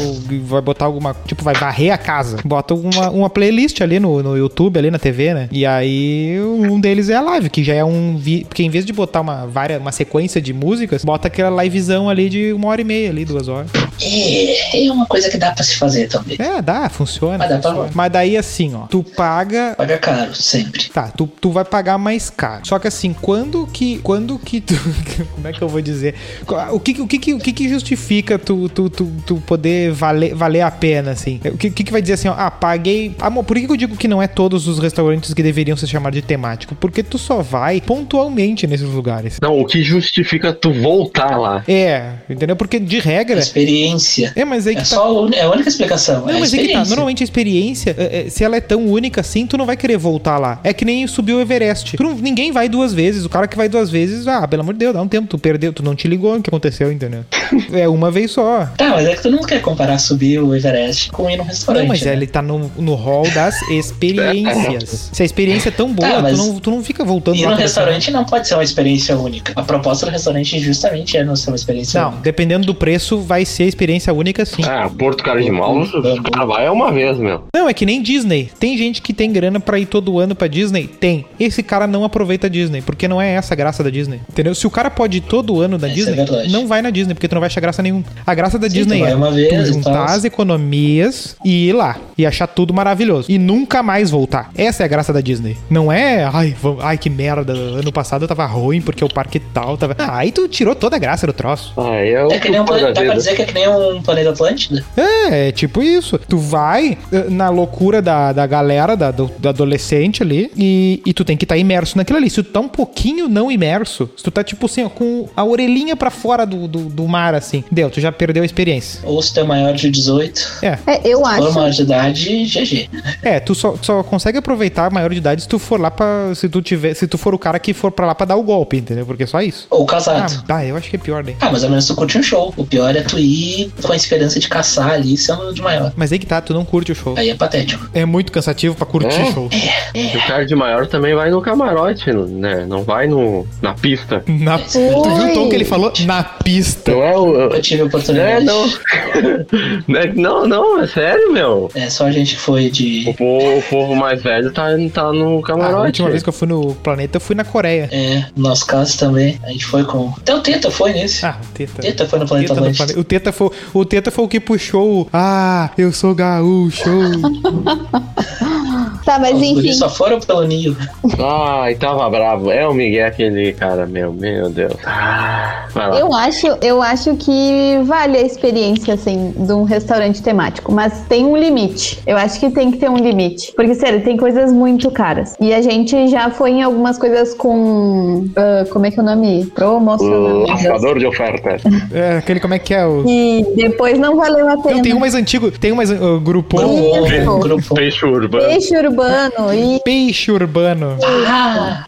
vai botar alguma. Tipo, vai varrer a casa, bota uma, uma playlist ali no, no YouTube, ali na TV, né? E aí um deles é a live, que já é um. Vi, porque em vez de botar uma, várias, uma sequência de músicas, bota aquela livezão ali de uma hora e meia, ali, duas horas.
É, é uma coisa que dá pra se fazer também.
É, dá, funciona.
Mas dá pra-
funciona. Mas daí assim, ó, tu paga
Paga caro, sempre.
Tá, tu, tu vai pagar mais caro. Só que assim, quando que. Quando que tu. Como é que eu vou dizer? O que, o que, que- o que, que justifica tu, tu, tu, tu poder valer, valer a pena, assim? O que, o que, que vai dizer assim, ó, ah, paguei. Amor, por que, que eu digo que não é todos os restaurantes que deveriam ser chamados de temático? Porque tu só vai pontualmente nesses lugares.
Não, o que justifica tu voltar lá?
É, entendeu? Porque de regra.
Experiência.
É, mas aí
É
É. que tá.
só a uni- é a única explicação. é
Não,
a
mas é que tá.
experiência.
Normalmente a experiência, é, é, se ela é tão única assim, tu não vai querer voltar lá. É que nem subir o Everest. Tu não- ninguém vai duas vezes. O cara que vai duas vezes, ah, pelo amor de Deus, dá um tempo. Tu perdeu, tu não te ligou no que aconteceu, entendeu? é uma vez só.
Tá, mas é que tu não quer comparar subir o Everest com ir num restaurante.
Não, mas
né?
ele tá no, no hall das experiências. Se a experiência é tão boa,
Tá,
tu,
mas-
não, tu não fica voltando
Ir
lá.
no
pra-
restaurante não pode ser uma experiência única. A proposta do restaurante justamente é não ser uma experiência
Não,
única. dependendo
dependendo do preço, vai ser experiência única sim.
Ah, Porto Cara de Mal, o cara vai uma vez, meu.
Não, é que nem Disney. Tem gente que tem grana pra ir todo ano pra Disney? Tem. Esse cara não aproveita a Disney, porque não é essa a graça da Disney. Entendeu? Se o cara pode ir todo ano na
Isso é
Disney,
verdade.
não vai na Disney, porque tu não vai achar graça nenhuma. A graça da
Sim,
Disney
tu vai
é
uma vez e
tu juntar
tal.
as economias e ir lá. E achar tudo maravilhoso. E nunca mais voltar. Essa é a graça da Disney. Não é, ai, vam- ai que merda, ano passado eu tava ruim porque o parque tal tava... Ah, aí tu tirou toda a graça do troço.
Ah, é o
É que nem um
culpa
planeta,
da
dá pra
vida.
dizer que é que nem um planeta Atlântida?
É, é tipo isso. Tu vai eh, na loucura da, da galera, da, do, da adolescente ali, e, e tu tem que estar imerso naquilo ali. Se tu tá um pouquinho não imerso, se tu tá tipo assim, ó, com a orelhinha pra fora do, do, do mar, assim, deu, tu já perdeu a experiência.
Ou se tu é maior de 18,
É,
É, eu
ou
acho.
maior de idade, GG.
é, tu só, tu só consegue aproveitar a maior de idade se tu for lá pra. Se tu tiver. Se tu for o cara que for pra lá pra dar o golpe, entendeu? Porque é só isso.
Ou
Ah,
casado.
bah, eu acho que é pior, né?
Ah, mas ao menos tu curte um show. O pior é tu ir com a esperança de caçar ali sendo de maior.
Mas aí que tá, tu não curte o show.
Aí é patético.
É muito cansativo pra curtir
É?
show.
O cara de maior também vai no camarote, né? Não vai no, na pista.
Na...
Oi.
Tu viu o tom que ele falou? Na pista.
Não É, o.
Eu tive a
né?
É,
oportunidade.
não. não, não, é sério, meu.
É só a gente que foi de.
O povo, o povo mais velho tá, tá no
Ah, A
camarote.
última vez que eu fui no planeta, eu fui na Coreia.
É, no nosso caso também. A gente foi com. Até o Teta foi nesse.
Ah, o Teta.
É. Teta foi no
Teta
Planeta
no
Atlântico.
Planeta- o, teta foi, o Teta foi o que puxou. o, Ah, eu sou gaúcho.
Tá, mas
Os guris
enfim.
só foram pelo Ninho.
Ai, tava bravo. É o Miguel aquele cara, meu. Meu Deus. Ah, vai lá.
Eu acho, eu acho que vale a experiência, assim, de um restaurante temático, mas tem um limite. Eu acho que tem que ter um limite. Porque, sério, tem coisas muito caras. E a gente já foi em algumas coisas com. ah, como é que é o nome? Promocional.
Lançador de ofertas.
É, aquele, como é que é? O...
E depois não valeu a pena.
Não, tem um mais antigo. Tem um mais. Uh, grupo.
Grupo. Grupo.
Peixe urbano.
Peixe urbano e
Peixe urbano.
Ah!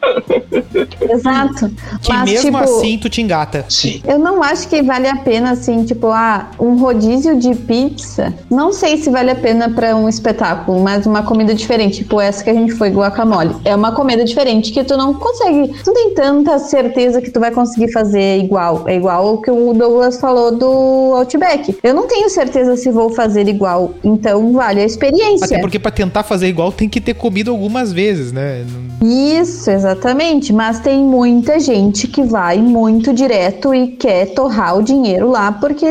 exato.
Que
mas
mesmo
tipo,
assim tu te engata.
Sim.
eu não acho que vale a pena assim, tipo, ah, um rodízio de pizza. Não sei se vale a pena pra um espetáculo, mas uma comida diferente, tipo essa que a gente foi guacamole. É uma comida diferente que tu não consegue, tu não tem tanta certeza que tu vai conseguir fazer igual. É igual o que o Douglas falou do Outback. Eu não tenho certeza se vou fazer igual, então vale a experiência.
Até porque pra tentar fazer igual tem que ter comido algumas vezes, né?
Isso, exatamente. Mas tem muita gente que vai muito direto e quer torrar o dinheiro lá porque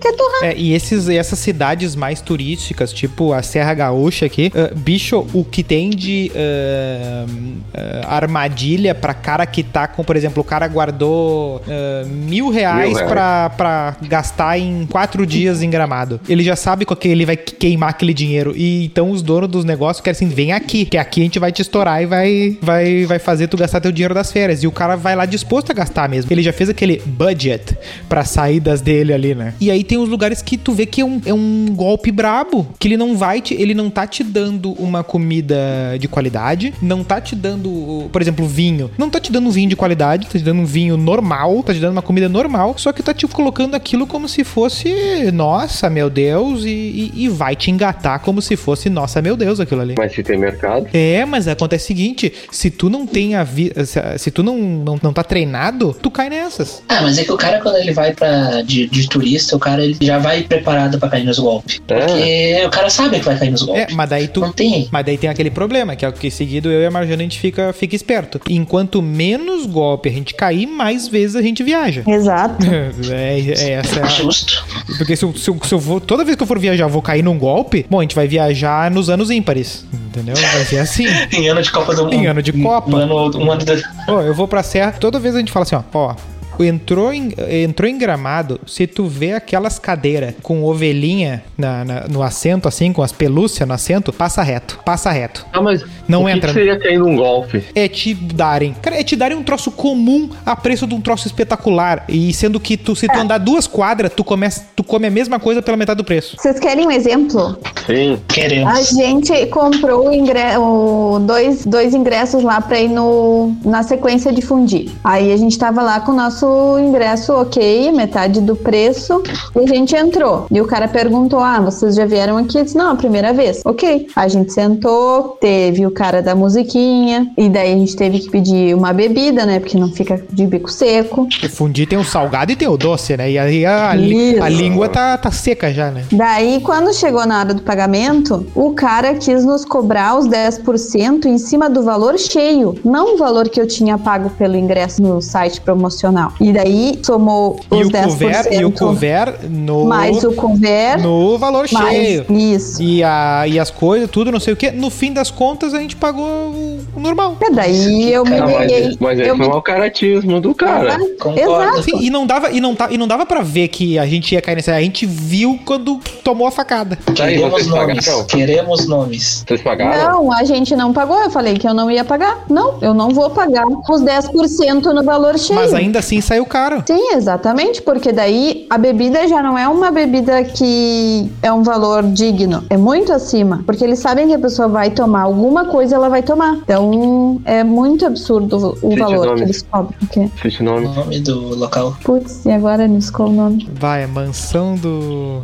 quer torrar.
É, e esses, essas cidades mais turísticas, tipo a Serra Gaúcha aqui, ah, bicho, o que tem de ah, ah, armadilha pra cara que tá com, por exemplo, o cara guardou ah, mil reais
Mil reais.
pra, pra gastar em quatro dias em gramado. Ele já sabe com que ele vai queimar aquele dinheiro. E então os donos dos negócios querem assim, vem aqui, que aqui a gente vai te estourar e vai, vai, vai fazer tu gastar teu dinheiro das férias. E o cara vai lá disposto a gastar mesmo. Ele já fez aquele budget pra saídas dele ali, né? E aí tem uns lugares que tu vê que é um, é um golpe brabo, que ele não vai te, ele não tá te dando uma comida de qualidade, não tá te dando, por exemplo, vinho. Não tá te dando um vinho de qualidade, tá te dando um vinho normal, tá te dando uma comida normal, só que tá te colocando aquilo como se fosse, nossa, meu Deus, e, e- e vai te engatar como se fosse, nossa, meu Deus, aquilo ali.
Mas se tem mercado.
É, mas acontece o seguinte, se tu não tem a vi- se, se tu não, não, não tá treinado, tu cai nessas.
Ah, mas é que o cara, quando ele vai pra, de, de turista, o cara ele já vai preparado pra cair nos golpes. Porque o cara sabe que vai cair nos golpes.
É, mas daí tu
Não tem.
Mas daí tem aquele problema, que é o que seguido eu e a Marjane a gente fica, fica esperto. Enquanto menos golpe a gente cair, mais vezes a gente viaja.
Exato.
É, é essa é a...
Justo.
Porque se eu, se, eu, se eu vou. Toda vez que eu for viajar, eu vou cair num golpe. Bom, a gente vai viajar nos anos ímpares. Entendeu? Vai ser assim.
Em ano de Copa do Mundo.
Em ano de Copa.
Um ano, um ano de...
Ó, eu vou pra serra, toda vez a gente fala assim, ó, ó. Entrou em, entrou em gramado, se tu vê aquelas cadeiras com ovelhinha na- na- no assento, assim, com as pelúcias no assento, passa reto, passa reto.
Ah, mas
Não
o que
entra.
Que seria cair num golpe?
é te darem. Cara, é te darem um troço comum a preço de um troço espetacular. E sendo que tu,
É.
se tu andar duas quadras, tu, começa, tu come a mesma coisa pela metade do preço.
Vocês querem um exemplo?
Sim.
Queremos.
A gente comprou o ingre- o- dois, dois ingressos lá pra ir no, na sequência de fundir. Aí a gente tava lá com o nosso ingresso ok, metade do preço, e a gente entrou. E o cara perguntou: Ah, vocês já vieram aqui? Eu disse, Não, a primeira vez. Ok. A gente sentou, teve o cara da musiquinha, e daí a gente teve que pedir uma bebida, né? Porque não fica de bico seco.
Porque fundir tem o salgado e tem o doce, né? E aí a, li-
Isso.
a língua tá, tá seca já, né?
Daí, quando chegou na hora do pagamento, o cara quis nos cobrar os 10% em cima do valor cheio, não o valor que eu tinha pago pelo ingresso no site promocional. E daí somou
E
os
o,
10%
couvert, e o couvert no,
mais o couvert,
no valor
mais
cheio.
isso.
E, a, e as coisas, tudo, não sei o quê. No fim das contas, a gente pagou o o normal.
E daí eu me
Ah,
neguei.
mas, mas aí
eu
foi
me...
o caratismo do cara.
Concordo.
Sim, e não dava, e não, tá, e não dava pra ver que a gente ia cair nessa. A gente viu quando tomou a facada.
Tá aí,
Queremos
vocês
nomes.
pagaram?
Queremos nomes.
Vocês pagaram?
Não, a gente não pagou. Eu falei que eu não ia pagar. Não, eu não vou pagar os 10% no valor cheio.
Mas ainda assim saiu caro.
Sim, exatamente, porque daí a bebida já não é uma bebida que é um valor digno, é muito acima, porque eles sabem que a pessoa vai tomar alguma coisa, ela vai tomar. Então é muito absurdo o
Gente,
valor
nome.
que eles cobram. Porque...
Esqueci o
O
nome.
nome do local.
Putz, e agora não escolho o nome.
Vai, é mansão do.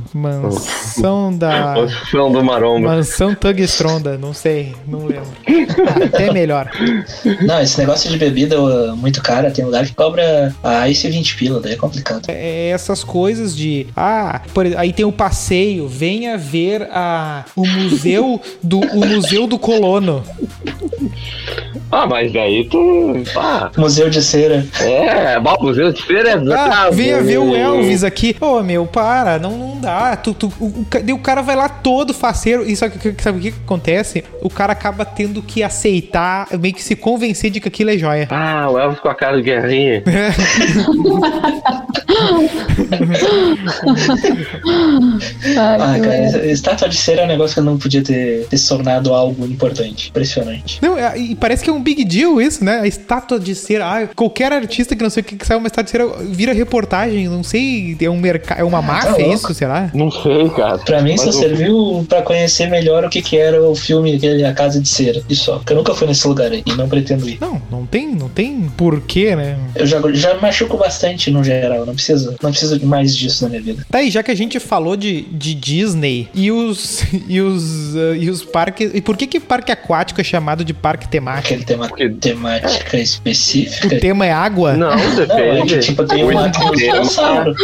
Mansão da.
Construção do Maromba.
Mansão Thug Stronda, não sei, não lembro. Até melhor.
é, Não, esse negócio de bebida uh, muito cara, tem lugar que cobra Aí se 20 pila, daí é complicado.
É essas coisas de. Ah, por ex- aí tem o passeio, venha ver a, o museu do o museu do colono.
Ah, mas daí tu. Ah,
Museu de cera.
é, bom, museu de feira é
Ah,
brabo.
venha ver o Elvis aqui. Ô, meu, para, não, não dá. Tu, tu- o, o ca- daí o cara vai lá todo faceiro. E só que que- sabe o que, que acontece? O cara acaba tendo que aceitar, meio que se convencer de que aquilo é joia.
Ah, o Elvis com a cara de guerrinha.
Ah,
Ai, que
cara,
merda.
essa- estátua de cera é um negócio que não podia ter, ter se tornado algo importante. Impressionante.
Não, é- e parece que é um big deal isso, né? A estátua de cera. Ah, qualquer artista que não sei o que, que sai uma estátua de cera vira reportagem. Não sei, é, um merca, é uma máfia
louco.
isso, sei lá.
Não sei, cara.
Pra mim, é
Mas
só
o-
serviu pra conhecer melhor o que, que era o filme, aquele A Casa de Cera. E só. Porque eu nunca fui nesse lugar aí e não pretendo ir.
Não, não tem, não tem porquê, né?
Eu já, já machuco bastante no geral. Não preciso, não preciso de mais disso na minha vida.
Tá aí, já que a gente falou de, de Disney e os e os ah, e os parques, e por que que parque aquático é chamado de parque temático?
Aquele tema,
Porque-
temática específica.
O tema é água?
Não,
Não, é
depende.
que tipo, tem
O
um lá tem um
Itapema-
dinossauro.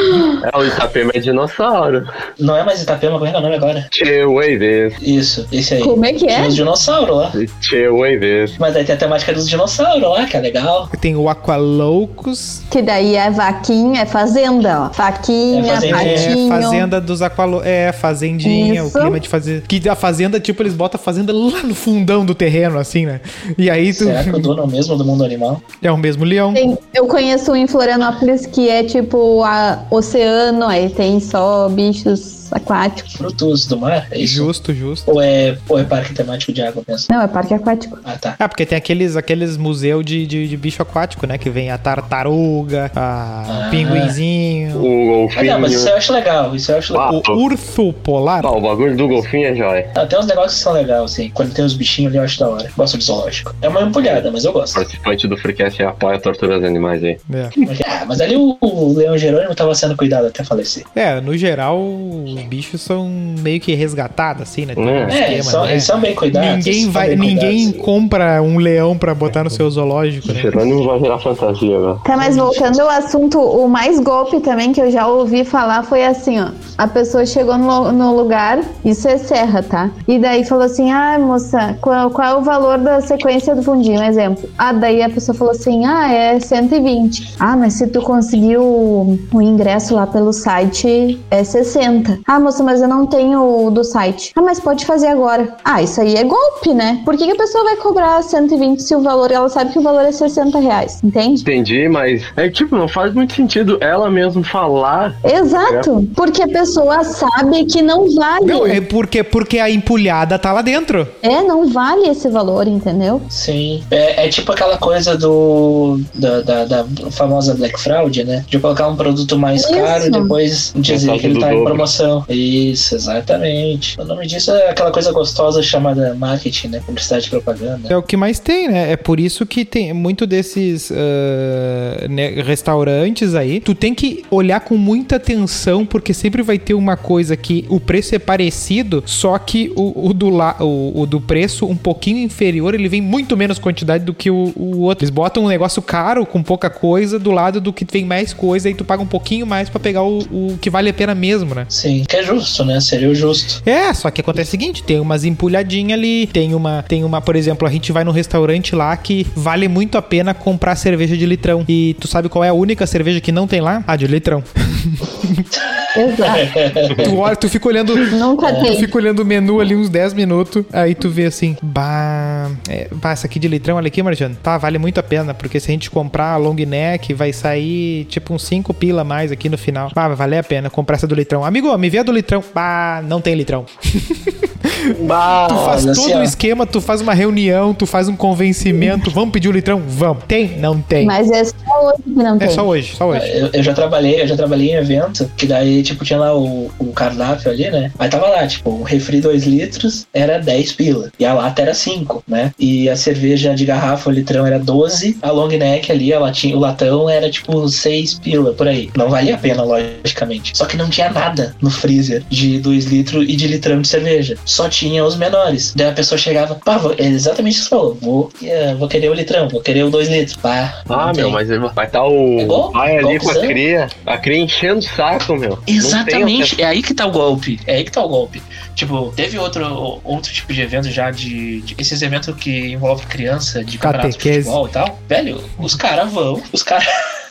É, o Itapema é dinossauro.
Não é mais Itapema, como é que é o nome agora?
Tchê, Waves.
Isso, esse aí.
Como é que é?
Tinha os dinossauros lá.
Tchê, Waves.
Mas aí tem a temática dos dinossauros lá, que é legal.
Tem o Aqualoucos,
Que daí é vaquinha, é fazenda, ó. Faquinha,
É fazendinha,
é
patinho.
fazenda dos aqualo... É, fazendinha,
Isso.
o clima de fazenda. Que a fazenda, tipo, eles botam a fazenda lá no fundão do terreno, assim, né? E aí tu...
Será que o dono é o mesmo do mundo animal?
é o mesmo leão.
Tem- eu conheço um em Florianópolis que é tipo a- oceano, aí tem só bichos aquáticos.
Frutos do mar? É isso?
Justo, justo.
Ou é, ou é parque temático de água mesmo?
Não, é parque aquático.
Ah, tá.
Ah, porque tem aqueles, aqueles museu de, de, de bicho aquático, né? Que vem a tartaruga, a
Ah.
pinguinzinho,
O
Mas,
golfinho.
Ah, não, mas isso é- eu acho legal, isso eu acho legal.
Ah,
o urso polar.
Ah, o bagulho do golfinho é jóia.
Ah, tem uns negócios que são legais, assim. Quando tem uns bichinhos ali, eu acho da hora. Gosto de zoológico. É uma empolhada, mas eu gosto.
Participante do Freecast é apoia torturas animais aí.
É.
Porque, ah, mas ali o, o Leão Jerônimo tava sendo cuidado até falecer.
É, no geral, os bichos são meio que resgatados, assim, né? Tem
É.
um
É, eles, são,
né?
eles são bem cuidados. eles
Ninguém,
são
vai,
bem
ninguém
cuidados.
compra um leão pra botar no seu zoológico, né?
Jerônimo vai virar fantasia agora.
Tá, mas voltando ao assunto, o mais golpe também que eu já ouvi falar foi assim, ó. A pessoa chegou no, no lugar, isso é serra, tá? E daí falou assim, ah, moça, qual, qual é o valor da sequência do fundinho, um exemplo. Ah, daí a pessoa falou assim, ah, é 120. Ah, mas se tu conseguiu o o ingresso lá pelo site, é 60. Ah, moça, mas eu não tenho o do site. Ah, mas pode fazer agora. Ah, isso aí é golpe, né? Por que, que a pessoa vai cobrar 120 se o valor, ela sabe que o valor é 60 reais, entende?
Entendi, mas é que, tipo, não faz muito sentido ela mesmo falar.
Exato, porque a pessoa sabe que não vale.
Não, é
é...
porque, porque a empulhada tá lá dentro.
não vale esse valor, entendeu?
Sim. É, é tipo aquela coisa do. Da, da, da famosa Black Fraud, né? De colocar um produto mais
Isso.
caro e depois dizer
Metade
que ele
do
tá em
dobro.
promoção. Isso, exatamente. O nome disso é aquela coisa gostosa chamada marketing, né? Publicidade e propaganda.
É o que mais tem, né? É por isso que tem muito desses ah, né, restaurantes aí. Tu tem que olhar com muita atenção, porque sempre vai ter uma coisa que o preço é parecido, só que o, o do, la, o, o do preço um pouquinho inferior, ele vem muito menos quantidade do que o, o outro. Eles botam um negócio caro, com pouca coisa, do lado do que tem mais coisa, e tu paga um pouquinho mais pra pegar o, o que vale a pena mesmo, né?
Sim, que é justo, né? Seria o justo.
É, só que acontece o seguinte, tem umas empulhadinhas ali, tem uma, tem uma, por exemplo, a gente vai num restaurante lá que vale muito a pena comprar cerveja de litrão. E tu sabe qual é a única cerveja que não tem lá? A de litrão.
É.
Exato.
tu olha, tu fica olhando,
Nunca
tu
tem.
fica olhando o menu ali uns 10 minutos, aí tu vê assim, bah, é, bah, essa aqui de litrão, olha aqui, Marjano, tá, vale muito a pena, porque se a gente comprar a long neck, vai sair tipo uns 5 pila a mais aqui no final. Ah, vai valer a pena comprar essa do litrão. Amigo, ó, me vê a do litrão. Ah, não tem litrão. Tu
Bah,
faz
Olha,
todo
assim,
o
ó.
esquema, tu faz uma reunião, tu faz um convencimento, vamos pedir o litrão? Vamos. Tem? Não tem.
Mas é só hoje que não
É
tem.
só hoje, só hoje.
Eu, eu já trabalhei, eu já trabalhei em evento, que daí, tipo, tinha lá o, o cardápio ali, né? Aí tava lá, tipo, um refri 2 litros era 10 pila. E a lata era 5, né? E a cerveja de garrafa, o litrão era 12. A long neck ali, a latinha, o latão era tipo 6 pila, por aí. Não valia a pena, logicamente. Só que não tinha nada no freezer de 2 litros e de litrão de cerveja. Só tinha os menores. Daí a pessoa chegava, pá, vou, é exatamente isso que você falou. Vou, eh, vou querer o litrão, vou querer o 2 litros. Pá,
Ah,
não
meu,
tem.
mas ele vai Tá o
Pegou?
pai ali com a
Golpezão.
cria, a cria enchendo o saco, meu. Não tem o
Exatamente,
que-
é aí que tá o golpe. É aí que tá o golpe. Tipo, teve outro, outro tipo de evento já de, de- Esses eventos que envolve criança, de campeonato de
Catequese.
futebol e tal. Velho, os caras vão, os caras.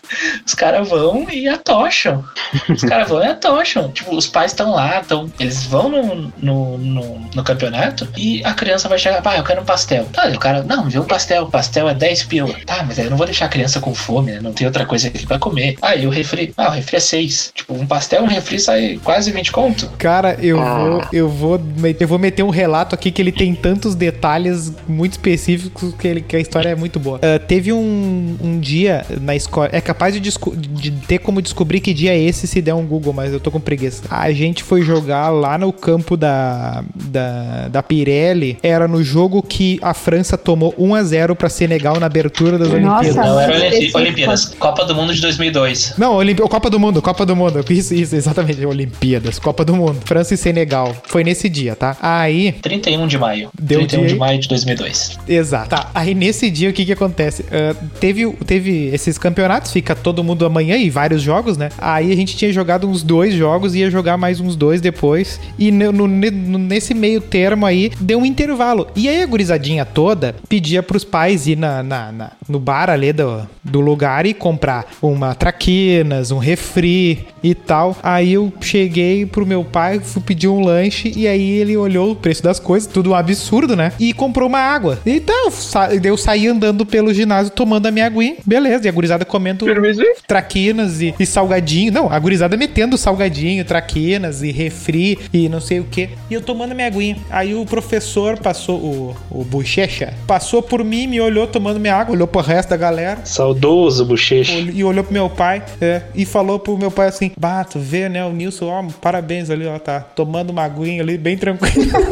Os caras vão e atocham. Os caras vão e atocham. Tipo, os pais estão lá, tão, eles vão no, no, no, no campeonato e a criança vai chegar, pai, eu quero um pastel. Tá, e o cara, não, me vê um pastel, pastel é 10 pila. Tá, mas aí eu não vou deixar a criança com fome, né? Não tem outra coisa aqui pra comer. Aí o refri, ah, o refri é 6. Tipo, um pastel e um refri sai quase 20 conto.
Cara, eu
Ah.
vou, eu vou, me- eu vou meter um relato aqui que ele tem tantos detalhes muito específicos que, ele, que a história é muito boa. Ah, teve um, um dia na escola, é capaz de, desco- de ter como descobrir que dia é esse se der um Google, mas eu tô com preguiça. A gente foi jogar lá no campo da da, da Pirelli. Era no jogo que a França tomou 1 a 0 pra Senegal na abertura das
Nossa.
Olimpíadas.
Tá,
Não, era
mas
Olimpi-
específico.
Olimpíadas. Copa do Mundo de 2002.
Não, Olimpi... Copa do Mundo, Copa do Mundo. Isso, isso, exatamente. Olimpíadas, Copa do Mundo. França e Senegal. Foi nesse dia, tá? Aí,
31 de maio.
Deu
31
dia,
de
hein?
maio de 2002.
exato. Tá. Aí nesse dia, o que que acontece? Ah, teve, teve esses campeonatos, fica todo mundo amanhã e vários jogos, né? Aí a gente tinha jogado uns dois jogos, ia jogar mais uns dois depois. E no- no- no- nesse meio termo aí, deu um intervalo. E aí a gurizadinha toda pedia pros pais ir na, na- na- no bar ali do, do lugar e comprar uma traquinas, um refri e tal. Aí eu cheguei pro meu pai, fui pedir um lanche e aí ele olhou o preço das coisas, tudo um absurdo, né? E comprou uma água. Então, eu sa- eu saí andando pelo ginásio tomando a minha aguinha. Beleza, e a gurizada comendo
Permiso?
traquinas e, e salgadinho. Não, a gurizada metendo salgadinho, traquinas e refri e não sei o que. E eu tomando minha aguinha. Aí o professor passou, o, o Bochecha, passou por mim, me olhou tomando minha água, olhou pro resto da galera.
Saudoso, bochecha.
Olh- e olhou pro meu pai é, e falou pro meu pai assim: Bato, vê, né? O Nilson, ó, parabéns ali, ó, tá tomando uma aguinha ali, bem tranquilo.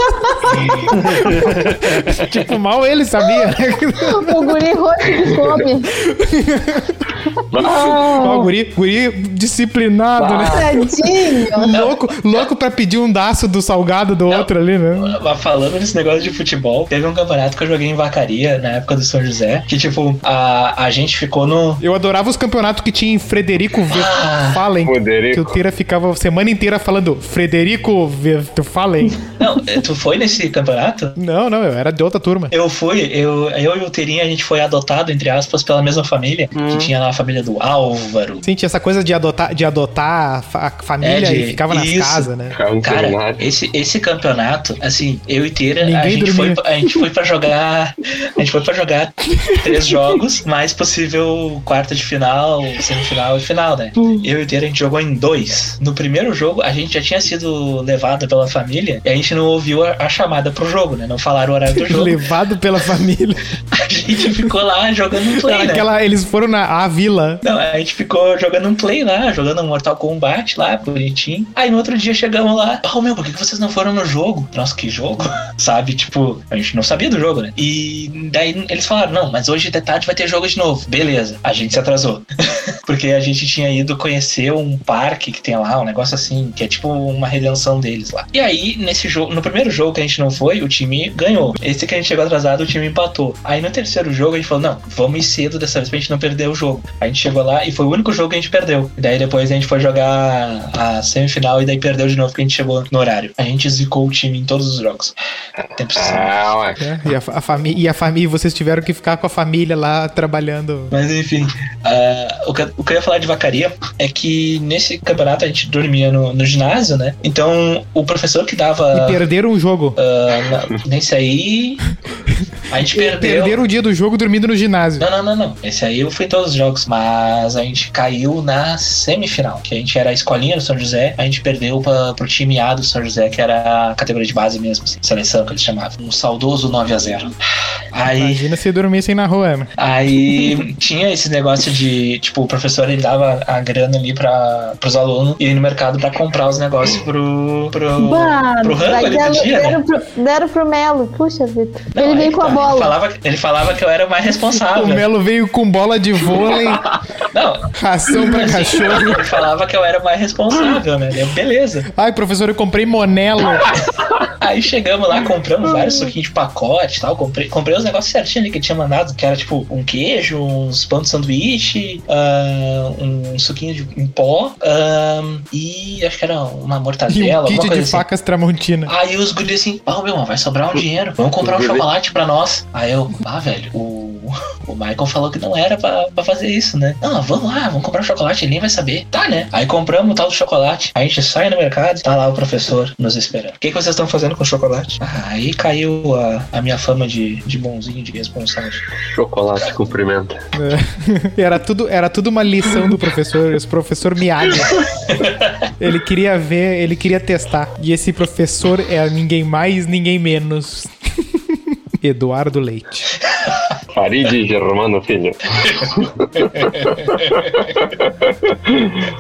tipo, mal ele sabia. né?
O guri roxo de fome.
Ah.
Ó, o guri, guri disciplinado, né?
Oh, Tadinho.
Louco, louco pra pedir um daço do salgado do outro ali, né?
Mas Falando nesse negócio de futebol, teve um campeonato que eu joguei em Vacaria, na época do São José, que tipo, a, a gente ficou no.
Eu adorava os campeonatos que tinha em Frederico v...
Ah,
Fallen.
Frederico.
Que o Teira ficava a semana inteira falando Frederico v... Fallen.
Não, tu foi nesse campeonato?
não, não, eu era de outra turma.
Eu fui, eu, eu e o Teirinha, a gente foi adotado, entre aspas, pela mesma família, que tinha lá a família do Álvaro.
Sim, tinha essa coisa de adotar, de adotar a fa- a família
É, de-
e ficava nas
isso.
casas, né?
Calma,
Cara,
calma.
esse, esse campeonato, assim, eu e Teira, a
Ninguém
gente, foi,
dormia.
a gente foi pra jogar. A gente foi pra jogar três jogos, mais possível quarta de final, semifinal e final, né? Eu e Teira, a gente jogou em dois. No primeiro jogo, a gente já tinha sido levado pela família e a gente não ouviu a, a chamada pro jogo, né? Não falaram o horário do jogo.
Levado pela família.
A gente ficou lá jogando um play, né?
Aquela, eles foram na à vila.
Não, a gente ficou jogando um play lá, jogando um Mortal Kombat lá, bonitinho. Aí no outro dia chegamos lá, oh meu, por que que vocês não foram no jogo? Nossa, que jogo? Sabe, tipo, a gente não sabia do jogo, né? E daí eles falaram, não, mas hoje de tarde vai ter jogo de novo. Beleza, a gente se atrasou. Porque a gente tinha ido conhecer um parque que tem lá, um negócio assim, que é tipo uma redenção deles lá. E aí, nesse jogo, no primeiro jogo que a gente não foi, o time ganhou. Esse que a gente chegou atrasado, o time empatou. Aí no terceiro jogo a gente falou, não, vamos ir cedo dessa vez pra gente não perder o jogo. A gente chegou lá e foi o único jogo que a gente perdeu. Daí depois a gente foi jogar a semifinal e daí perdeu de novo porque a gente chegou no horário. A gente zicou o time em todos os jogos. Tempo
Ah, ué.
né? E a, fa- a família, e a família, vocês tiveram que ficar com a família lá trabalhando.
Mas enfim, ah, o, que, o que eu ia falar de vacaria é que nesse campeonato a gente dormia no, no ginásio, né? Então o professor que dava.
E perderam o jogo.
ah, na- nesse aí. A gente perdeu.
Perderam o dia do jogo dormindo no ginásio.
Não, não, não, não. Esse aí eu fui em todos os jogos. Mas a gente caiu na semifinal. Que a gente era a escolinha do São José. A gente perdeu pra, pro time A do São José, que era a categoria de base mesmo. assim, seleção que eles chamavam. Um saudoso 9x0. Aí.
Imagina se dormissem na rua, né?
Aí tinha esse negócio de, tipo, o professor ele dava a grana ali para pros alunos irem no mercado pra comprar os negócios pro pro,
Bah,
pro rango
daí
ali do
deram,
dia, né?
deram pro, deram pro Melo, puxa vida.
Não,
Ele
aí
veio com a
tá, Ele
bola.
falava, ele falava que eu era o mais
O
responsável.
Melo veio com bola de vôlei,
Não.
ração pra
assim,
cachorro.
Ele falava que eu era o mais responsável, né? Eu, beleza.
Ai, professor, eu comprei Monelo. um
Aí chegamos lá, compramos vários suquinhos de pacote e tal. Comprei, comprei os negócios certinho ali que ele tinha mandado, que era tipo um queijo, uns pão de sanduíche, ah, um suquinho de, em pó ah, e acho que era uma
E um
mortadela,
kit
alguma
de
coisa assim.
facas tramontina.
Aí os guris assim, pau, meu, mas vai sobrar um dinheiro. Vamos comprar um
Os guri-
chocolate pra nós. Aí eu, ah, velho, o, o Michael falou que não era pra, pra fazer isso, né? Não, vamos lá, vamos comprar um chocolate, ele nem vai saber. Tá, né? Aí compramos o tal do chocolate. Aí a gente sai no mercado, tá lá o professor nos esperando. O que, que vocês estão fazendo com o chocolate? Ah, aí caiu a, a minha fama de, de bonzinho, de responsável.
Chocolate cumprimenta.
É. Era tudo, era tudo uma lição do professor, esse professor Miyagi. Ele queria ver, ele queria testar. E esse professor é ninguém mais, ninguém menos. Eduardo Leite.
Farid Germano Filho.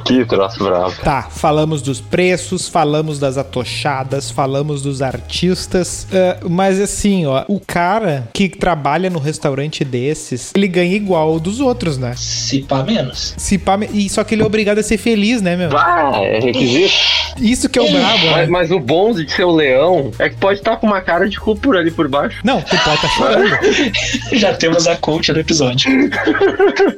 que troço bravo.
Tá, falamos dos preços, falamos das atochadas, falamos dos artistas. Ah, mas assim, ó, o cara que trabalha no restaurante desses, ele ganha igual dos outros, né?
Se pá menos.
Se pá, e só que ele é obrigado a ser feliz, né, meu?
Ah, é requisito.
Isso que é o brabo, né?
Mas, mas o bom de ser o leão é que pode estar com uma cara de cu por ali por baixo.
Não, tu pode tá chorando.
Já temos a coach do episódio.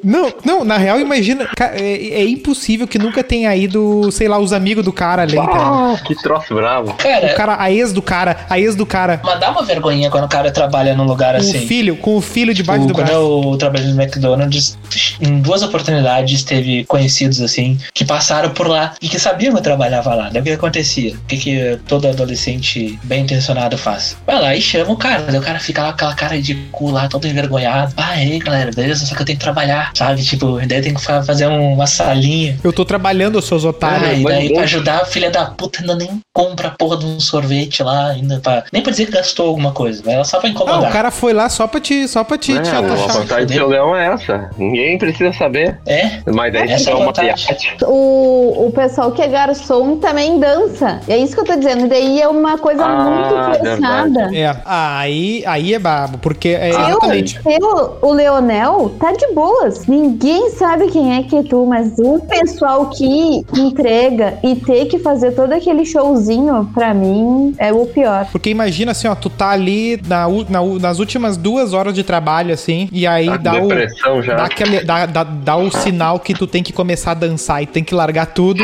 Não, não, na real, imagina. ca- É, é impossível que nunca tenha ido, sei lá, os amigos do cara ali. entendeu?
Ah, que troço bravo.
O
Cara,
cara, a ex do cara, a ex do cara.
mas dá uma vergonhinha quando o cara trabalha num lugar
Com o
assim.
filho, com o filho debaixo
O-
do
quando
braço.
eu trabalhei no McDonald's, em duas oportunidades teve conhecidos assim que passaram por lá e que sabiam que eu trabalhava lá. Daí o que acontecia? O que, que todo adolescente bem intencionado faz? Vai lá e chama o cara. Daí o cara fica lá com aquela cara de cu lá, todo envergonhado. Ah, aí galera, beleza, só que eu tenho que trabalhar, sabe? Tipo, daí tem que fa- fazer um- uma salinha.
Eu tô trabalhando, seus
Ah,
otários.
e
mas
daí
bom.
pra ajudar a filha da puta ainda nem compra a porra de um sorvete lá, ainda pra... nem pra dizer que gastou alguma coisa, mas ela só vai
Ah,
incomodar.
o cara foi lá só pra te, só pra te, te
É, a
atochar.
vantagem de ser o leão é essa. Ninguém precisa saber.
É,
Mas daí
Essa
se é
é a
uma
vantagem.
piate.
O, o pessoal que é garçom também dança. É isso que eu tô dizendo. Daí é uma coisa
Ah,
muito forçada.
É, aí, aí é brabo, porque é
Eu,
exatamente.
eu, o Leonel, tá de boas. Ninguém sabe quem é que é tu, mas o pessoal que entrega e ter que fazer todo aquele showzinho, pra mim, é o pior.
Porque imagina assim, ó, tu tá ali na, u- na u- nas últimas duas horas de trabalho, assim, e aí
Tá com
dá o.
depressão já.
Dá, aquele, dá, dá, dá o sinal que tu tem que começar a dançar e tem que largar tudo.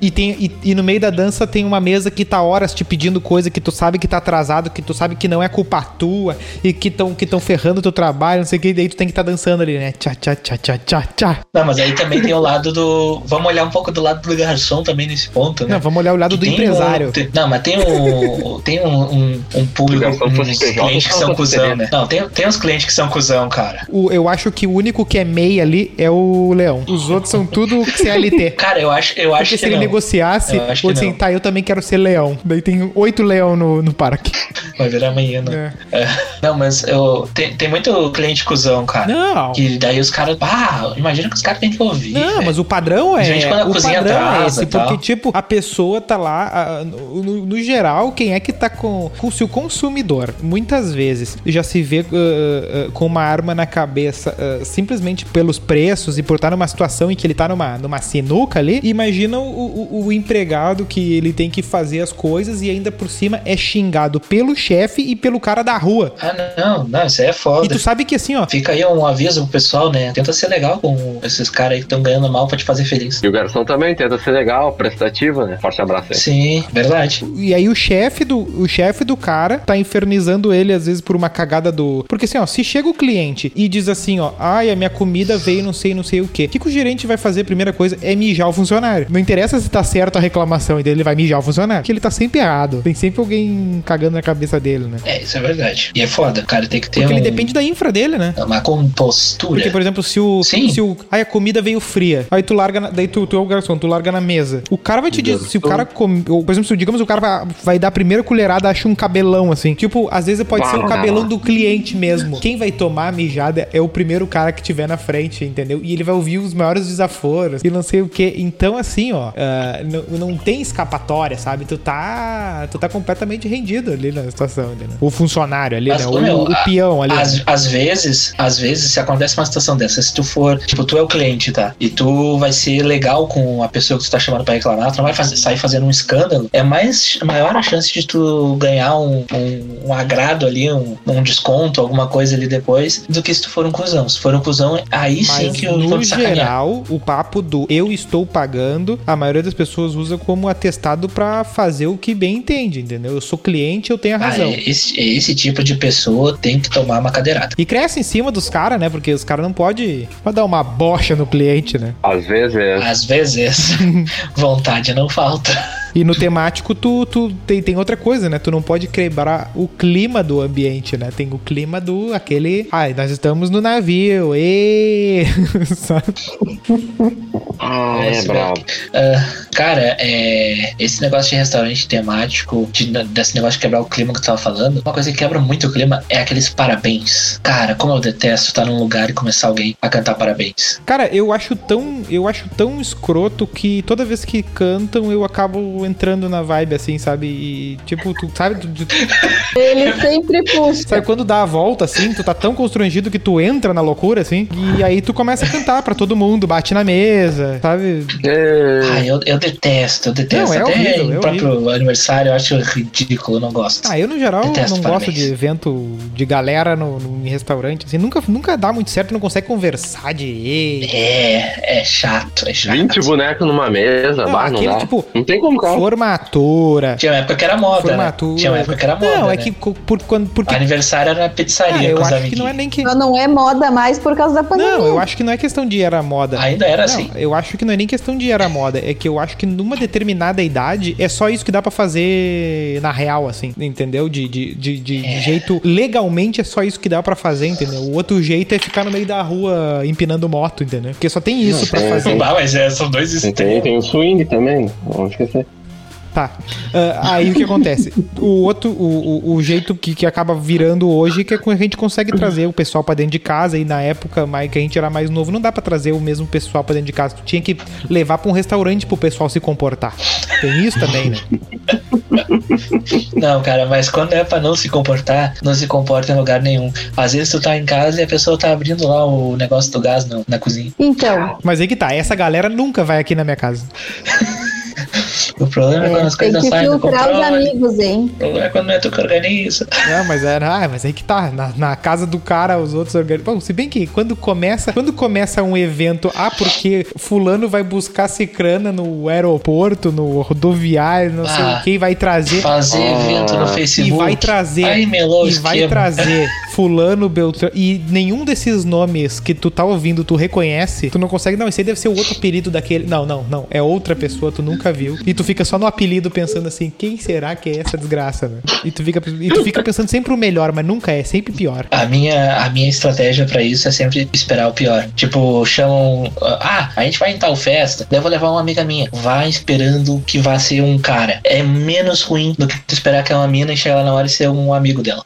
E, tem, e, e no meio da dança tem uma mesa que tá horas te pedindo coisa que tu sabe que tá atrasado, que tu sabe que não é culpa tua e que estão que tão ferrando teu trabalho, não sei o que, e daí tu tem que tá dançando ali, né? Tchá, tchá, tchá, tchá, tchá, tchá.
Não, mas aí também tem o lado do. Vamos olhar um pouco do lado do garçom também nesse ponto, né?
Não, vamos olhar o lado do
Tem o-
empresário.
tem- não, mas tem o. tem um, um, um público,
O garçom fosse
uns
PJ,
clientes que
não
são
fosse um
cuzão,
diferente.
né? Não, tem, tem uns clientes que são cuzão, cara.
O, eu acho que o único que é MEI ali é o Leão. Os outros são tudo CLT.
Cara, eu acho, eu acho
Porque
que.
se ele
não.
negociasse,
Eu acho que
ou assim,
não.
tá, eu também quero ser leão. Daí tem oito leão no, no parque.
Vai virar amanhã, né?
É.
É. Não, mas eu. Tem, tem muito cliente cuzão, cara.
Não.
Que daí os caras. Ah, imagina que os caras têm que ouvir.
Não,
velho.
mas o padrão é.
Gente, quando a
o
cozinha
padrão é
atrasa
esse,
e tal.
porque, tipo, a pessoa tá lá. ah, no, no- no geral, quem é que tá com. com- se o consumidor muitas vezes já se vê ah, ah, com uma arma na cabeça ah, simplesmente pelos preços e por estar numa situação em que ele tá numa, numa sinuca ali, imagina o, o- o empregado que ele tem que fazer as coisas e ainda por cima é xingado pelo chefe e pelo cara da rua.
Ah, não, não, isso aí é
E
foda.
tu sabe que assim, ó,
Fica aí um aviso pro pessoal, né? Tenta ser legal com esses caras aí que estão ganhando mal pra te fazer feliz.
E o garçom também tenta ser legal, prestativa, né? Forte abraço aí.
Sim, verdade.
E aí o chefe do o chefe do cara tá infernizando ele às vezes por uma cagada do, porque assim, ó, se chega o cliente e diz assim, ó, ai, a minha comida veio não sei, não sei o quê. O que, que o gerente vai fazer? Primeira coisa é mijar o funcionário. Não interessa se tá certo a reclamação, então ele vai mijar o funcionário, porque ele tá sempre errado. Tem sempre alguém cagando na cabeça dele, né?
É, isso é verdade. E é foda, cara, tem que ter
Porque
um,
ele depende da infra dele, né?
uma compostura.
Porque, por exemplo, se o.
Sim.
Se o. Ai, a comida veio fria. Aí tu larga. na- daí tu, tu é o garçom, tu larga na mesa. O cara vai te dizer. Se o cara. come- ou, por exemplo, se, digamos, o cara vai, vai dar a primeira colherada, acha um cabelão assim. Tipo, às vezes pode ser o
Bah.
cabelão do cliente mesmo. Quem vai tomar a mijada é o primeiro cara que tiver na frente, entendeu? E ele vai ouvir os maiores desaforos e não sei o quê. Então, assim, ó. ah, não, não tem escapatória, sabe? Tu tá. Tu tá completamente rendido ali na situação. situação ali, né? O funcionário ali,
Mas,
né?
ô,
O,
meu,
o peão ali. né?
Às, às vezes, às vezes, se acontece uma situação dessa, se tu for, tipo, tu é o cliente, tá? E tu vai ser legal com a pessoa que tu tá chamando pra reclamar, tu não vai fazer- sair fazendo um escândalo, é mais maior a chance de tu ganhar um, um, um agrado ali, um, um desconto, alguma coisa ali depois, do que se tu for um cuzão. Se for um cuzão, aí sim
Mas
que eu vou
no
te sacanear.
geral, o papo do eu estou pagando, a maioria das pessoas usa como atestado pra fazer o que bem entende, entendeu? Eu sou cliente, eu tenho a
Ah,
é razão.
esse, esse tipo de pessoa tem que tomar uma cadeirada.
E cresce em cima dos caras, né? Porque os caras não podem pode dar uma bocha no cliente, né?
Às vezes é.
Às vezes, vontade não falta.
E no temático, tu, tu tem, tem outra coisa, né? Tu não pode quebrar o clima do ambiente, né? Tem o clima do aquele. Ai, nós estamos no navio, e Sabe?
Ah, é
Nossa,
brabo.
Ah, cara, é, esse negócio de restaurante temático, de- desse negócio de quebrar o clima que tu tava falando, uma coisa que quebra muito o clima é aqueles parabéns. Cara, como eu detesto estar num lugar e começar alguém a cantar parabéns.
Cara, eu acho tão. Eu acho tão escroto que toda vez que cantam, eu acabo entrando na vibe, assim, sabe? E, tipo, tu sabe, tu- tu-
Ele sempre puxa.
sabe quando dá a volta, assim, tu tá tão constrangido que tu entra na loucura, assim, e aí tu começa a cantar pra todo mundo, bate na mesa, sabe?
É,
Ah, eu, eu detesto, eu detesto.
Não, é
Até
horrível,
em
é
próprio aniversário eu acho ridículo, eu não gosto.
Ah, eu no geral
Detesto
não
parabéns.
gosto de evento de galera no, no- em restaurante, assim, nunca, nunca dá muito certo, não consegue conversar direito.
É, é chato, é chato.
20 bonecos numa mesa,
Não,
bah, não
aquele
dá.
tipo-
não tem como, cara.
Formatura.
Tinha uma época que era moda, né?
Formatura.
Tinha uma época que era moda,
Não, é
né?
que co- por, quando, porque.
Aniversário era pizzaria
Cara, eu
com os
acho que
amiguinhos.
não é nem que.
Só Não é moda mais por causa da pandemia.
Não, eu acho que não é questão de era moda.
Ainda era
Não,
assim.
eu acho que não é nem questão de era moda, é que eu acho que numa determinada idade é só isso que dá pra fazer na real, assim, entendeu? De, de, de, de- de jeito legalmente é só isso que dá pra fazer, entendeu? O outro jeito é ficar no meio da rua empinando moto, entendeu? Porque só tem isso pra
é,
fazer.
Ah, mas é, são dois
Tem,
extremos.
tem o swing também. Vamos esquecer.
Tá. Ah, aí o que acontece? O outro, o, o, o jeito que, que acaba virando hoje que é que a gente consegue trazer o pessoal pra dentro de casa e na época mais, que a gente era mais novo, não dá pra trazer o mesmo pessoal pra dentro de casa. Tu tinha que levar pra um restaurante pro pessoal se comportar. Tem isso também, né?
Não, cara, mas quando é pra não se comportar, não se comporta em lugar nenhum. Às vezes tu tá em casa e a pessoa tá abrindo lá o negócio do gás na, na cozinha.
Então,
Mas aí que tá, essa galera nunca vai aqui na minha casa.
O problema é, quando as
tem
coisas
que
saem do
filtrar os
controle.
amigos, hein?
O problema é quando não é tu que organiza.
Não, mas era, ah, mas aí que tá, na, na casa do cara, os outros organizam. Bom, se bem que quando começa, quando começa um evento, ah, porque fulano vai buscar cicrana no aeroporto, no rodoviário, não sei
Ah.
o que, vai trazer
Fazer
Ah,
evento no
e
Facebook.
vai trazer
Aí melou o
e vai
esquema.
trazer fulano Beltrano e nenhum desses nomes que tu tá ouvindo tu reconhece, tu não consegue não, esse aí deve ser o outro apelido daquele, não, não, não, é outra pessoa tu nunca viu, e tu fica só no apelido pensando assim, quem será que é essa desgraça né? e, tu fica, e tu fica pensando sempre o melhor, mas nunca é, sempre pior
A minha, a minha estratégia pra isso é sempre esperar o pior. Tipo, chamam. Ah, a gente vai em tal festa. Daí eu vou levar uma amiga minha. Vai esperando que vá ser um cara. É menos ruim do que tu esperar que é uma mina e chegar lá na hora e ser um amigo dela.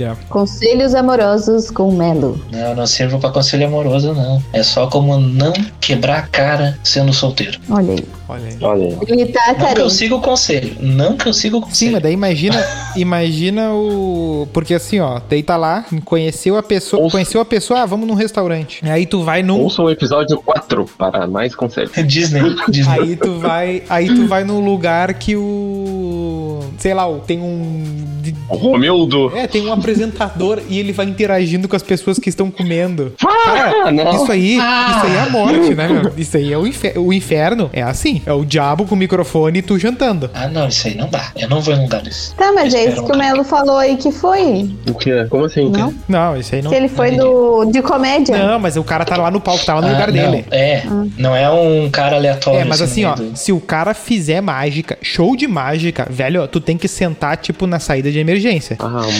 É.
Conselhos amorosos com Melo.
Não, não sirvo pra conselho amoroso, não. É só como não quebrar a cara sendo solteiro.
Olha aí.
olha aí
Olha aí.
Ele tá
Não que eu
carente.
siga o conselho. Não que eu siga o
Sim,
conselho.
mas daí imagina, imagina o. Porque assim, ó, daí tá lá, conheceu a pessoa,
Ouça.
conheceu a pessoa, ah, vamos num restaurante. Aí tu vai num.
Ouça o episódio 4 para mais conselhos.
Disney. Disney.
Aí tu vai, aí tu vai num lugar que o sei lá, o- tem um de-
Romildo.
é, tem um apresentador e ele vai interagindo com as pessoas que estão comendo.
Ah, não.
Isso aí, isso aí é a morte, né, meu? Isso aí é o, infer- o inferno. É assim, é o diabo com o microfone e tu jantando.
Ah, não, isso aí não dá. Eu não vou em um lugar desse.
Tá, mas é isso que o Melo falou aí que foi.
O quê? Como assim?
Não?
é- Não, isso aí não.
Que ele foi do, de comédia.
Não, mas o cara tá lá no palco, tá lá no
Ah,
lugar
não.
dele.
É, não é um cara aleatório.
É, mas assim,
no
ó,
meio do-
se o cara fizer mágica, show de mágica, velho, ó, tu tem que sentar, tipo, na saída de emergência.
Ah, o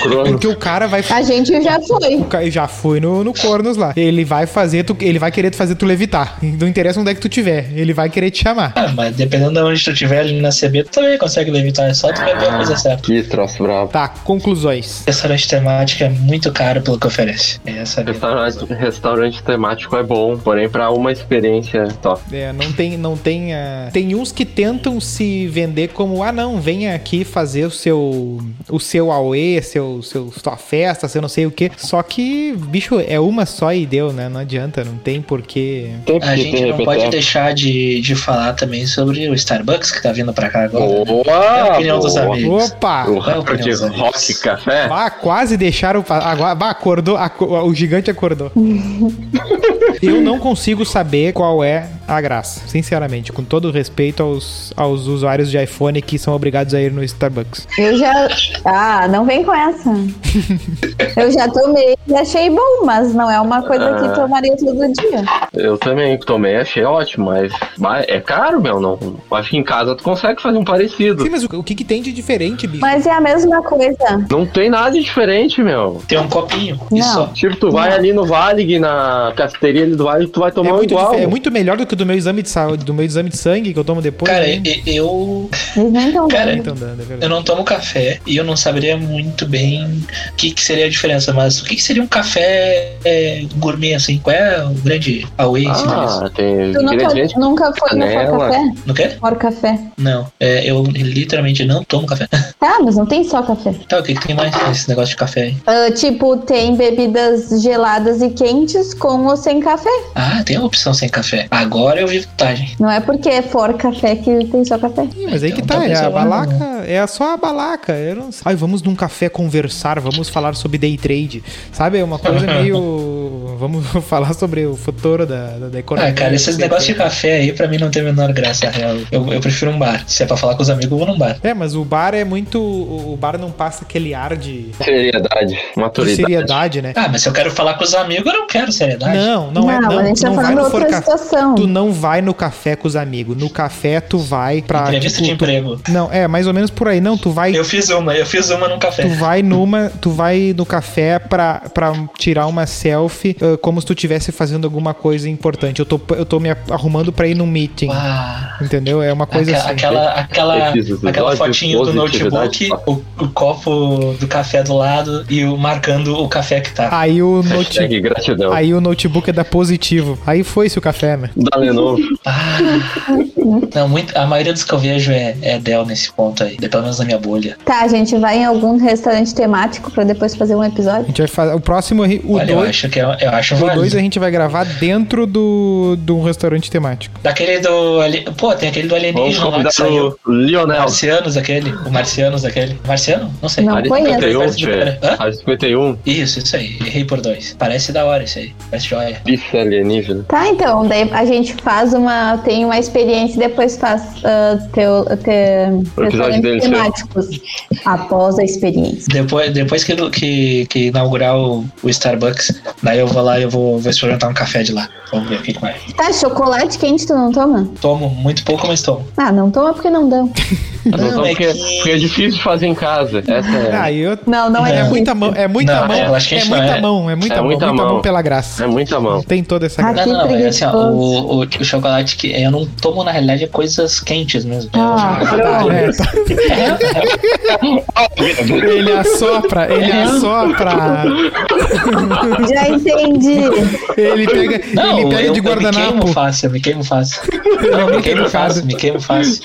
crono.
Porque o cara vai
A gente já foi.
O ca- Já fui no, no Cornos lá. Ele vai fazer, tu, ele vai querer te fazer tu levitar. Não interessa onde é que tu tiver, ele vai querer te chamar.
Ah, mas dependendo de onde tu estiver ali na CB, tu também consegue levitar. É só tu beber a coisa certa.
Que troço brabo.
Tá, conclusões.
Restaurante temático é muito caro pelo que oferece. É essa a minha
Restaurante, restaurante temático é bom, porém pra uma experiência top.
É, não tem, não tem, ah, tem uns que tentam se vender como, ah não, venha aqui fazer o seu, o seu Aue, seu, seu, sua festa, seu não sei o que. Só que, bicho, é uma só e deu, né? Não adianta, não tem porquê.
Tem
A gente não
é.
pode deixar de, de falar também sobre o Starbucks que tá vindo pra cá agora. né? É a
Boa!
opinião dos
boa.
amigos.
Opa!
O
Qual é a
rato
opinião
de
dos amigos?
rock café.
Bah, quase deixaram. pa- Agora, bah, acordou, aco- o gigante acordou. Eu não consigo saber qual é a graça, sinceramente, com todo o respeito aos, aos usuários de iPhone que são obrigados a ir no Starbucks.
Eu já. Ah, não vem com essa. Eu já tomei e achei bom, mas não é uma coisa que tomaria todo dia.
Eu também tomei, achei ótimo, mas mas é caro, meu. Não. Acho que em casa tu consegue fazer um parecido.
Sim, mas o, o que, que tem de diferente, bicho?
Mas é a mesma coisa.
Não tem nada de diferente, meu.
Tem um copinho.
Não.
E só.
Tipo, tu vai ali no Valig, na cafeteria ali do Valig, tu vai
É
tomar um
muito,
igual.
dif- é muito melhor do que o do meu exame de saúde, do meu exame de sangue que eu tomo depois.
Cara,
né?
e- eu,
Eles nem estão
Cara,
vendo.
Então, dando, é verdade.
eu não tomo café e eu não saberia muito bem o que, que seria a diferença, mas o que, que seria um café é, gourmet, assim? Qual é o grande away assim, disso?
Ah, tem
Tu nunca,
ingrediente.
nunca foi no
canela.
For Café?
No quê?
For Café.
Não, é, eu literalmente não tomo café.
Tá, mas não tem só café.
tá, o que, que tem mais nesse negócio de café aí?
Ah, tipo, tem bebidas geladas e quentes com ou sem café.
Ah, tem a opção sem café. Agora eu vi vantagem.
Não é porque é For Café que tem só café.
Sim, mas aí
Então,
que tá, é
talvez
a
eu não-
balaca, é só a balaca, eu não sei. Ai, vamos num café conversar, vamos falar sobre day trade, sabe? É uma coisa meio... Vamos falar sobre o futuro da, da, da economia.
Ah, cara, esses
sei
negócios de
quê.
café aí pra mim não tem a menor graça, a real. Eu, eu prefiro um bar. Se é pra falar com os amigos, eu vou num bar.
É, mas o bar é muito... O o bar não passa aquele ar de, de
Seriedade, maturidade.
seriedade, né?
Ah, mas se eu quero falar com os amigos, eu não quero seriedade.
Não, não, é,
mas a
não,
gente
tu
tá
não vai
falando
no
outra
forca...
situação.
Tu não vai no café com os amigos, no café tu vai pra...
Entrevista
tipo,
de emprego.
tu- Não, é, mais ou menos por aí, não, tu vai...
Eu fiz uma, eu fiz uma num
Tu
café.
vai numa, tu vai no café pra, pra tirar uma selfie ah, como se tu estivesse fazendo alguma coisa importante. Eu tô, eu tô me arrumando pra ir num meeting.
Ah,
Entendeu? É uma coisa
aqua-
assim.
aquela, aquela,
Esses
aquela
episódios,
fotinho do
positividade,
notebook, o, o copo do café do lado e o marcando o café que tá.
Aí o notebook.
Hashtag gratidão.
Aí o notebook é da positivo. Aí foi se o café, né?
Da Lenovo.
Ah. Não, muito, a maioria dos que eu vejo é, é Dell nesse ponto aí, pelo menos na minha bolha.
Tá, a gente vai em algum restaurante temático pra depois fazer um
A
episódio?
gente vai fazer. O próximo, o
Olha, eu
2.
acho que é- eu acho
O dois
válido.
a gente vai gravar dentro do, de um restaurante temático.
Daquele do. ali- Pô, tem aquele do
Vamos
alienígena lá
convidar
que saiu.
o Lionel.
Marcianos aquele. O Marcianos aquele. Marciano? Não sei.
Não.
Área
conheço.
51,
Parece do cara.
tchê.
Hã?
Área 51.
Isso, isso aí. Errei por dois. Parece da hora isso aí. Parece joia.
Bicho alienígena.
Tá, então, daí a gente faz uma. tem uma experiência e depois faz ah, teu, te-
O episódio
restaurantes
dele,
temáticos após a experiência.
Depois, depois que, que, que inaugurar o, o Starbucks, daí eu vou lá e eu vou, vou experimentar um café de lá. Vamos ver o que, que vai.
Tá, chocolate quente tu não toma?
Tomo muito pouco, mas tomo.
Ah, não toma porque não dão.
Não, não,
é
porque,
que-
porque é difícil de fazer em casa. Essa é.
Ah, eu.
Não, não é.
É
assim.
muita mão, é muita
Não,
mão.
eu acho que a
É
gente não
muita
é.
mão, é muita
É
mão,
muita
muita mão
mão.
pela graça.
É muita mão.
Tem toda essa
Ah,
graça.
Não, não,
Que
não. É assim, ó,
preguiçoso.
o, o, o chocolate que eu não tomo, na realidade, é coisas quentes mesmo.
Ah, pronto.
É, tá.
É,
Ele é- assopra, ele assopra.
Já entendi.
Ele pega,
Não,
ele pega
eu,
de
eu me queimo
guardanapo.
fácil, eu me queimo fácil. Não, me queimo fácil, me queimo fácil.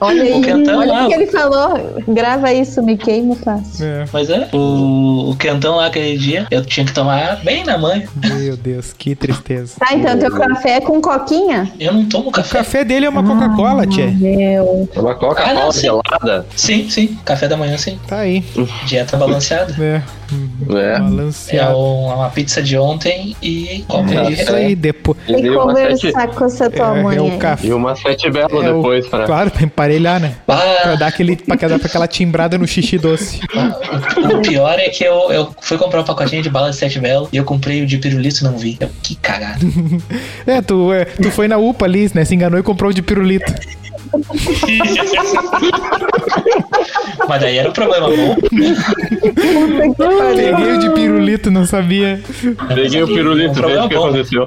Olha aí,
O Quentão
olha
lá,
o que ele falou. Grava isso, me queimo fácil.
É,
Mas é, o, o quentão lá aquele dia, eu tinha que tomar bem na manhã.
É, meu Deus, que tristeza.
Tá, então
Hum.
teu café é com coquinha?
Eu não tomo
O
café.
café dele é uma Coca-Cola, Tchê.
Meu.
Uma
Ah,
Coca-Cola
não, sim.
gelada.
Sim, sim, café da manhã sim.
Tá aí,
Dieta balanceada.
né?
É.
É
Balanceado.
um- uma pizza de ontem e como
É
é,
isso aí, depois.
E
Tem que
deu uma sete,
conversar com essa tua mãe.
É, é o
aí.
café.
e uma sete belo
é o-
depois pra.
Claro, pra emparelhar, né? Pra
Ah,
dar, aquele, pra dar aquela timbrada no xixi doce.
o pior é que eu, eu fui comprar um pacotinho de bala de sete belo e eu comprei o de pirulito e não vi. Eu, que cagada.
É, tu, é, tu foi na UPA ali, né? Se enganou e comprou o de pirulito.
Mas daí era o problema bom.
Peguei o de pirulito, não sabia.
Peguei o pirulito,
Um
veja o que
problema
aconteceu.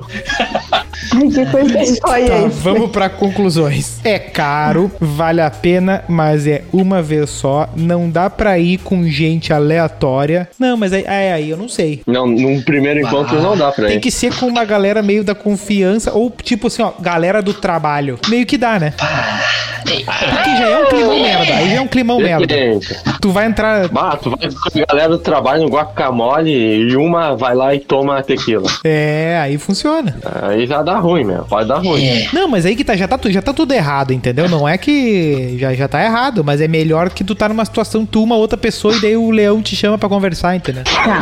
Ai, que coisa
Tá,
joia isso.
vamos pra conclusões. É caro, vale a pena, mas é uma vez só. Não dá pra ir com gente aleatória. Não, mas aí, aí, aí eu não sei.
Não, num primeiro encontro não dá pra
Tem
ir.
que ser com uma galera meio da confiança, ou tipo assim, ó, galera do trabalho. Meio que dá, né? Porque já é um climão merda. Aí já é um climão merda.
Depende.
tu vai entrar.
Bah, tu vai com a galera do trabalho no guacamole e uma vai lá e toma a tequila.
É, aí funciona.
Aí já dá ruim, meu. Pode dar ruim.
É.
Não, mas aí que tá, já tá, tu- já tá tudo errado, entendeu? Não é que já, já tá errado, mas é melhor que tu tá numa situação, tu, uma outra pessoa, e daí o leão te chama pra conversar, entendeu?
Tá.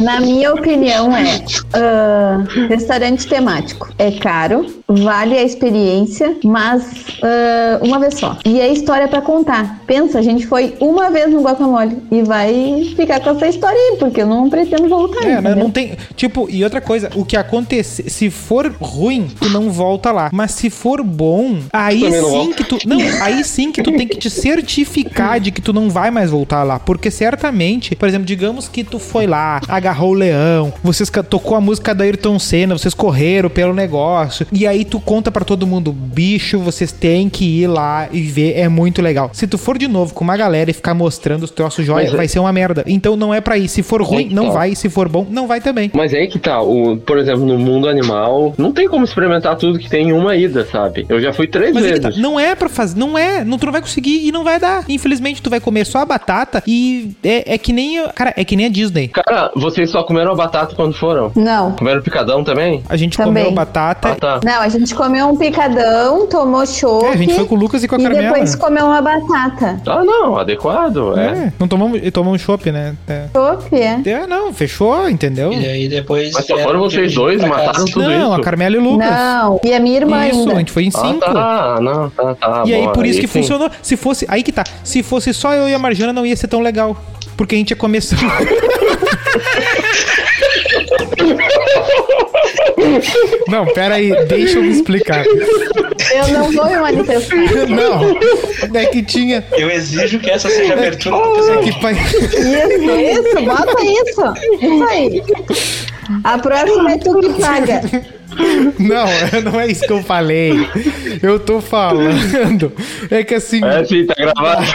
Na minha opinião é ah, restaurante temático. É caro, vale a experiência, mas ah, uma vez só. E é história pra contar. Pensa, a gente foi uma vez no guacamole e vai ficar com essa história aí, porque eu não pretendo voltar.
É, né,
entendeu?
não tem. Tipo, e outra coisa, o que acontecer, se for ruim, tu não volta lá. Mas se for bom, aí
Também não
sim
volto.
que tu. Não, aí sim que tu tem que te certificar de que tu não vai mais voltar lá. Porque certamente, por exemplo, digamos que tu foi lá, agarrou o leão, vocês ca- tocou a música da Ayrton Senna, vocês correram pelo negócio. E aí tu conta pra todo mundo, bicho, vocês têm que ir lá e ver, é muito legal. Se tu for de novo com uma galera e ficar mostrando os troços jóia,
Mas é-
vai ser uma merda. Então não é pra ir. Se for ruim,
Então.
não vai. E se for bom, não vai também.
Mas aí que tá, o, por exemplo, no mundo animal, não tem como experimentar tudo que tem em uma ida, sabe? Eu já fui três
Mas aí que
vezes.
tá, não é pra fazer, não é, não, tu não vai conseguir e não vai dar. Infelizmente, tu vai comer só a batata e é, é que nem, cara, é que nem a Disney.
Cara, vocês só comeram batata quando foram?
Não.
Comeram picadão também?
A gente
Também.
comeu batata,
Ah, tá.
Não, a gente comeu um picadão, tomou choque
é, a gente foi com o Lucas e com a
e
Carmela.
depois comeu uma batata.
Ah, não, adequado, é.
É, não tomamos, e tomamos chopp, né? É.
Chope, é?
É, não, fechou, entendeu?
E aí depois.
Mas só
é,
foram vocês
dirigir
dois,
pra casa.
mataram tudo
Não,
isso.
a Carmela e o Lucas.
Não. E a minha irmã
Isso, a
ainda.
gente foi em
Ah,
cinco.
tá, não, tá, tá.
E aí,
bom,
por isso que
sim.
funcionou. Se fosse. Aí que tá. Se fosse só eu e a Marjana, não ia ser tão legal. Porque a gente ia começar. não, pera aí. Deixa eu me explicar.
Eu não vou me manifestar.
Não. É que tinha.
Eu exijo que essa seja a abertura do
É que
episódio.
pai.
Isso, isso, bota isso. Isso aí. A próxima é tu que paga.
Não, não é isso que eu falei. Eu tô falando. É que assim.
É, sim, tá gravado.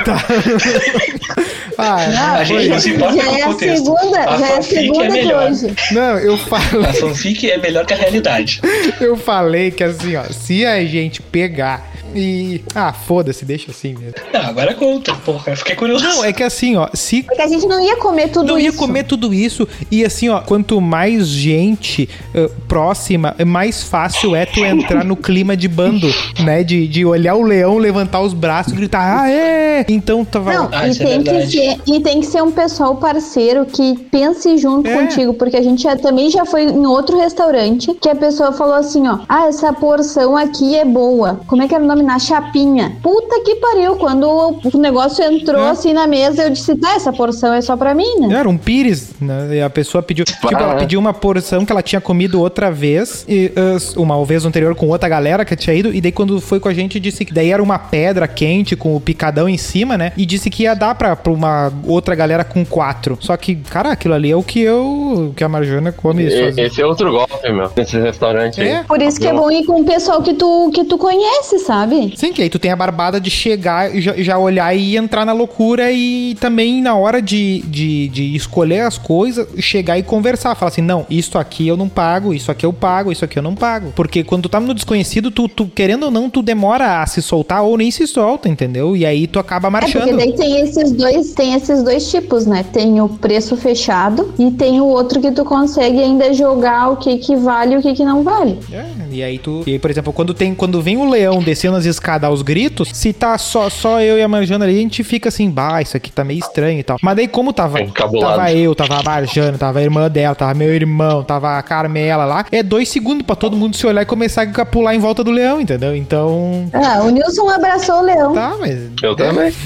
Ah,
A gente não se importa
já
com o
é a
contexto.
segunda,
A
já é a
fanfic é
segunda de
melhor.
hoje.
não, eu falei.
A fanfic é melhor que a realidade.
Eu falei que assim, ó, se a gente pegar e. Ah, foda-se, deixa assim mesmo.
Não, agora é conta, porra. Eu fiquei curioso.
Não, é que assim, ó, se.
Porque a gente não ia comer tudo
Não ia
isso.
comer tudo isso e assim, ó, quanto mais gente eh, próxima, mais fácil é tu entrar no clima de bando, né? De, de olhar o leão, levantar os braços, gritar, ah, é! Então tava.
Não,
Ah,
e,
isso é
tem que
verdade.
ser, e tem que ser um pessoal parceiro que pense junto
É.
contigo, porque a gente já, também já foi em outro restaurante que a pessoa falou assim, ó, ah, essa porção aqui é boa. Como é que era o nome? Na chapinha. Puta que pariu, quando o o negócio entrou
É.
assim na mesa, eu disse, tá, essa porção é só pra mim, né?
Era um pires, né? E a pessoa pediu. Tipo,
Ah,
ela
é.
pediu uma porção que ela tinha comido outra vez, e, as- uma vez anterior com outra galera que tinha ido, e daí quando foi com a gente, disse que daí era uma pedra quente com o picadão em cima, né? E disse que ia dar pra, pra uma outra galera com quatro. Só que, cara, aquilo ali é o que eu. que a Marjana come
E-
sozinha.
Esse é outro golpe, meu, nesse restaurante
É?
aí.
Por isso que é bom ir com o pessoal que tu, que tu conhece, sabe?
Sim, que aí tu tem a barbada de chegar e já, já olhar e entrar na loucura e também na hora de, de, de escolher as coisas, chegar e conversar. Falar assim, não, isso aqui eu não pago, isso aqui eu pago, isso aqui eu não pago. Porque quando tu tá no desconhecido, tu, tu querendo ou não, tu demora a se soltar ou nem se solta, entendeu? E aí tu acaba
É porque
marchando.
daí tem esses dois, tem esses dois tipos, né? Tem o preço fechado e tem o outro que tu consegue ainda jogar o que que vale e o que que não vale.
É, e aí tu. E aí, por exemplo, quando tem quando vem o leão descendo as escadas aos gritos, se tá só, só eu e a Marjana ali, a gente fica assim, bah, isso aqui tá meio estranho e tal. Mas daí, como tava.
Encabulado.
Tava eu, tava a Marjana, tava a irmã dela, tava meu irmão, tava a Carmela lá, é dois segundos pra todo mundo se olhar e começar a pular em volta do leão, entendeu? Então.
Ah, o Nilson abraçou o leão.
Tá, mas.
Eu também.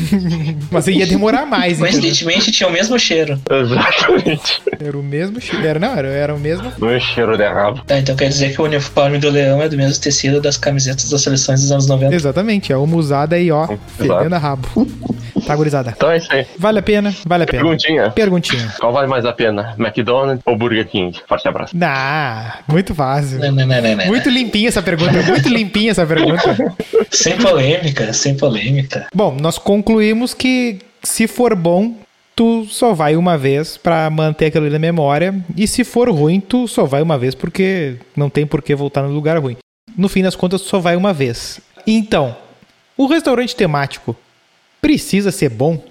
Mas ia demorar mais, entendeu?
Coincidentemente tinha o mesmo cheiro.
Exatamente.
Era o mesmo. cheiro, Era, não, era, era o mesmo.
Meu cheiro de rabo.
Tá, então quer dizer que o uniforme do leão é do mesmo tecido das camisetas das seleções dos anos 90.
Exatamente, é uma usada aí, ó. Fedendo a rabo. Tá, gurizada.
Então é isso aí.
Vale a pena, vale a pena.
Perguntinha.
Perguntinha.
Qual vale mais a pena? McDonald's ou Burger King? Forte abraço.
Ah, muito fácil.
Não, não, não, não, não.
Muito limpinha essa pergunta, muito limpinha essa pergunta.
Sem polêmica, sem polêmica.
Bom, nós concluímos que se for bom, tu só vai uma vez pra manter aquilo ali na memória, e se for ruim, tu só vai uma vez porque não tem por que voltar no lugar ruim. No fim das contas, tu só vai uma vez. Então, o restaurante temático precisa ser bom?